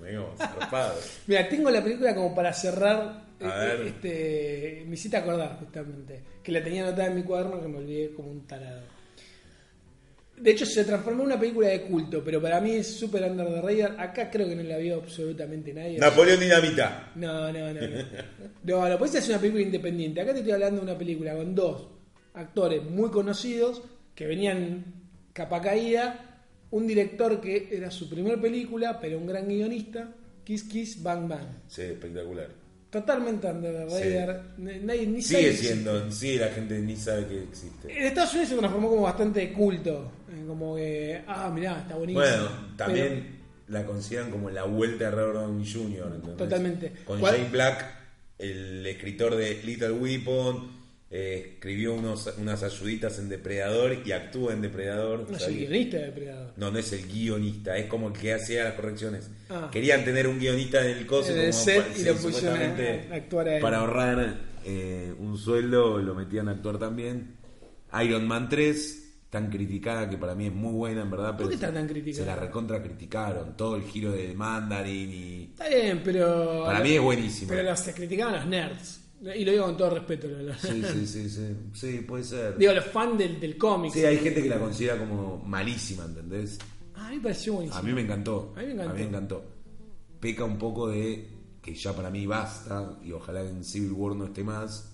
Medio zarpados. Mira, tengo la película como para cerrar. A eh, ver. Este, me hiciste acordar justamente. Que la tenía anotada en mi cuaderno que me olvidé como un tarado. De hecho, se transformó en una película de culto, pero para mí es súper under the radar. Acá creo que no la vio absolutamente nadie. Napoleón Dinamita. No, no, no. No, no, no pues esa es una película independiente. Acá te estoy hablando de una película con dos actores muy conocidos que venían capa caída, un director que era su primer película, pero un gran guionista, Kiss Kiss Bang Bang. Sí, espectacular. Totalmente under the Sí. radar. N- Nadie ni Sigue sabe- siendo, sí, la gente ni sabe que existe. En Estados Unidos se transformó como bastante de culto. eh, Como que, ah, mirá, está buenísimo. Bueno, Pero- también la consideran como la vuelta de Robert Downey Jr. ¿entendés? Totalmente. Con ¿Cuál- Shane Black, el escritor de Little Weapon, eh, escribió unos, unas ayuditas en Depredador y actúa en Depredador. no O sea, soy guionista de Depredador. No, no es el guionista, es como el que hacía las correcciones. Ah. Querían tener un guionista en el coso En como el set pa- y sí, lo pusieron supuestamente a- a actuar a él. Para ahorrar eh, un sueldo, lo metían a actuar también. Iron Man 3, tan criticada que para mí es muy buena, en verdad. ¿Por pero qué está Pues, se- tan criticada? Se la recontra criticaron, todo el giro del Mandarin y. Está bien, pero. Para mí es buenísimo. Pero los criticaban los nerds. Y lo digo con todo respeto. lo- lo- Sí, sí, sí, sí, sí, puede ser. digo, los fans del, del cómic. Sí, hay gente que la considera como malísima, ¿entendés? Ah, a mí me pareció buenísimo. A mí me encantó. A mí me encantó. encantó. Peca un poco de que ya para mí basta, y ojalá en Civil War no esté más,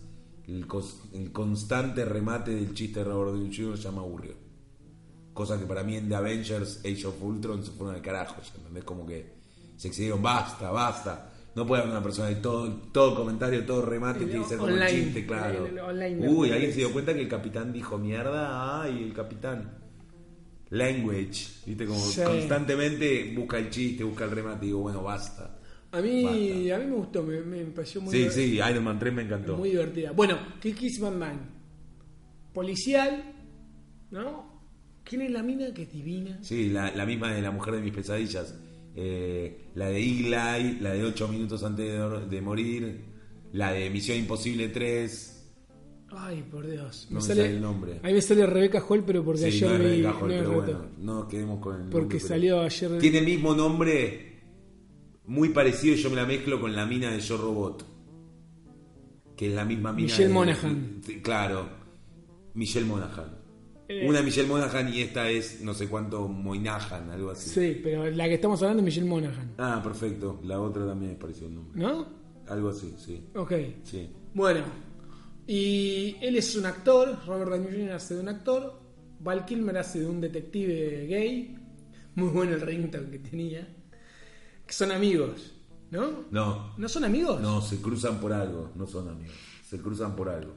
el, cos- el constante remate del chiste de Robert Downey Jr. ya me aburrió. Cosa que para mí en The Avengers Age of Ultron se fueron al carajo, ya, ¿entendés? Como que se excedieron, basta, basta. No puede haber una persona de todo, todo comentario, todo remate El tiene que ser como online, el chiste, claro. el- el online Uy, de- alguien se dio cuenta que el capitán dijo mierda, ay, el capitán language, ¿viste? Como Sí. constantemente busca el chiste, busca el remate y digo, bueno, basta. A mí, Basta. a mí me gustó, me, me pareció muy, sí, diver- sí, Iron Man 3 me encantó. muy divertida. Bueno, Kiss Kiss Man Man. Policial, ¿no? ¿Quién es la mina que es divina? Sí, la, la misma de la mujer de mis pesadillas. Eh, la de Eagle Eye, la de 8 minutos antes de, dor- de morir, la de Misión Imposible 3. Ay, por Dios. No me sale el nombre. A mí me sale Rebeca Hall, pero porque Sí, ayer no vi. es Rebecca Hall, no, pero no, no. bueno, no nos quedemos con el nombre, porque pero- salió ayer. Tiene el mismo nombre, muy parecido, y yo me la mezclo con la mina de Yo Robot. Que es la misma mina. Michelle de- Monaghan. Sí, Claro, Michelle Monaghan. Eh. Una Michelle Monaghan y esta es no sé cuánto Moynahan, algo así. Sí, pero la que estamos hablando es Michelle Monaghan, Ah, perfecto. La otra también me pareció el nombre. ¿no? Algo así, sí. Ok. Sí. Bueno, y él es un actor, Robert Downey Jr. hace de un actor, Val Kilmer hace de un detective gay, muy bueno el ringtone que tenía, que son amigos, ¿no? No, ¿No son amigos? no, se cruzan por algo, no son amigos. Se cruzan por algo.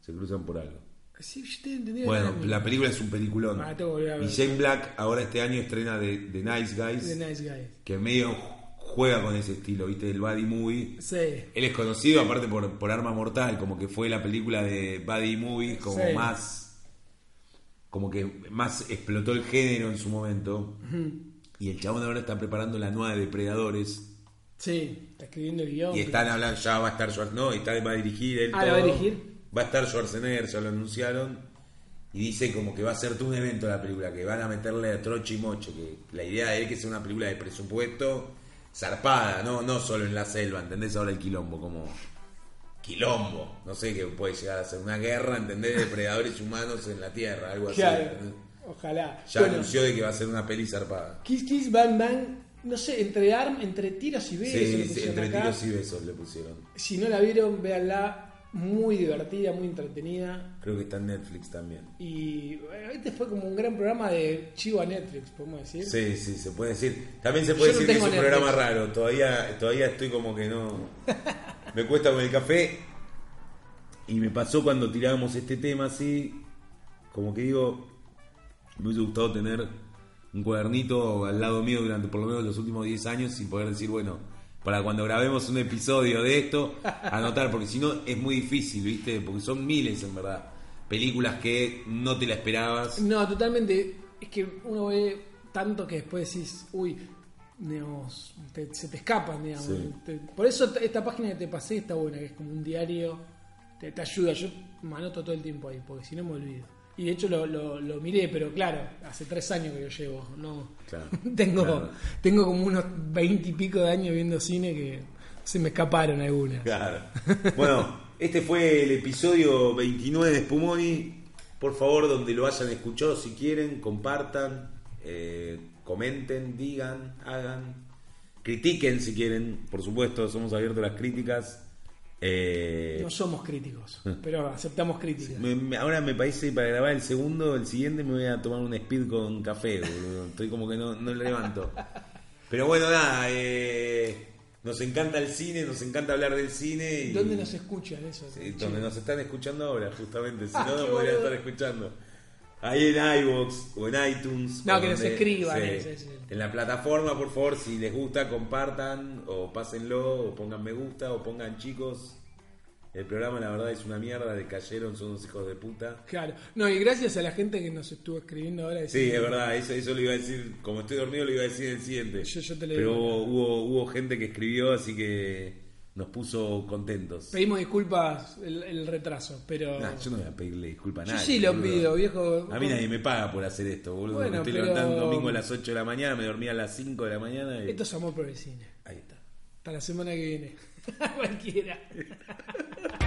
Se cruzan por algo. Sí, yo te entendía que Bueno, eran amigos. la película es un peliculón. Ah, tengo que volver a ver. Y Shane Black ahora este año estrena The, The Nice Guys, The Nice Guys. que medio juega con ese estilo, ¿viste? El Buddy Movie. Sí. Él es conocido aparte por, por Arma Mortal, como que fue la película de Buddy Movie, como Sí. más. Como que más explotó el género en su momento. Y el chabón ahora está preparando la nueva de Depredadores. Sí, está escribiendo el guión. Y están hablando, ya va a estar Schwarzenegger, no, y está, va a dirigir él Ah, ¿la va a todo. dirigir? Va a estar Schwarzenegger, ya lo anunciaron. Y dice como que va a ser todo un evento la película, que van a meterle a troche y mocho, que la idea de él es que sea una película de presupuesto zarpada, no, no solo en la selva, ¿entendés? Ahora el quilombo, como quilombo, no sé, que puede llegar a ser una guerra, ¿entendés? Depredadores humanos en la tierra, algo así. Claro, ¿entendés? ojalá. eh, Ya Bueno, anunció de que va a ser una peli zarpada. Kiss Kiss Bang Bang, no sé, entre arm, entre tiros y besos. le Sí, sí, pusieron entre acá. tiros y besos le pusieron. Si no la vieron, véanla. Muy divertida, muy entretenida. Creo que está en Netflix también. Y bueno, este fue como un gran programa de chivo a Netflix, podemos decir. Sí, sí, se puede decir. También se puede Yo no decir que es tengo un Netflix. programa raro. Todavía, todavía estoy como que no. Me cuesta con el café. Y me pasó cuando tirábamos este tema así, como que digo, me hubiese gustado tener un cuadernito al lado mío durante por lo menos los últimos 10 años y poder decir, bueno, para cuando grabemos un episodio de esto, anotar, porque si no es muy difícil, ¿viste? Porque son miles en verdad. Películas que no te la esperabas. No, totalmente. Es que uno ve tanto que después decís, uy, digamos, te- se te escapan, digamos. Sí. Te- por eso t- esta página que te pasé está buena, que es como un diario, te, te ayuda. Yo manoto todo el tiempo ahí, porque si no me olvido. Y de hecho lo, lo, lo miré, pero claro, hace tres años que lo llevo. No, Claro, tengo, claro. tengo como unos veinte y pico de años viendo cine que se me escaparon algunas. Claro. Bueno, este fue el episodio 29 de Spumoni. Por favor, donde lo hayan escuchado, si quieren, compartan, eh, comenten, digan, hagan. Critiquen si quieren, por supuesto, somos abiertos a las críticas. Eh, No somos críticos, pero aceptamos críticas. me- me- ahora me parece para grabar el segundo, el siguiente me voy a tomar un speed con café, boludo. Estoy como que no, no le levanto. Pero bueno, nada, eh, nos encanta el cine, nos encanta hablar del cine. Y... ¿Dónde nos escuchan eso? Sí, donde nos están escuchando ahora, justamente. Si Ah, no, no qué podrían boludo. estar escuchando. Ahí en iVoox o en iTunes. No, o que nos donde- escriban, sí. eh, sí, sí. En la plataforma, por favor, si les gusta, compartan o pásenlo o pongan me gusta o pongan chicos. El programa, la verdad, es una mierda. De cayeron, son unos hijos de puta. Claro. No, y gracias a la gente que nos estuvo escribiendo ahora. Sí, diciendo- es verdad, eso, eso lo iba a decir, como estoy dormido lo iba a decir en el siguiente. Yo- yo te lo Pero digo. hubo, hubo, hubo gente que escribió, así que nos puso contentos. Pedimos disculpas el, el retraso, pero. Nah, yo no voy a pedirle disculpas a Yo nadie. sí lo boludo. pido, viejo. A mí nadie me paga por hacer esto, boludo. Bueno, me estoy pero- levantando un domingo a las 8 de la mañana, me dormí a las 5 de la mañana y... Esto es amor por el cine. Ahí está. Hasta la semana que viene. Cualquiera.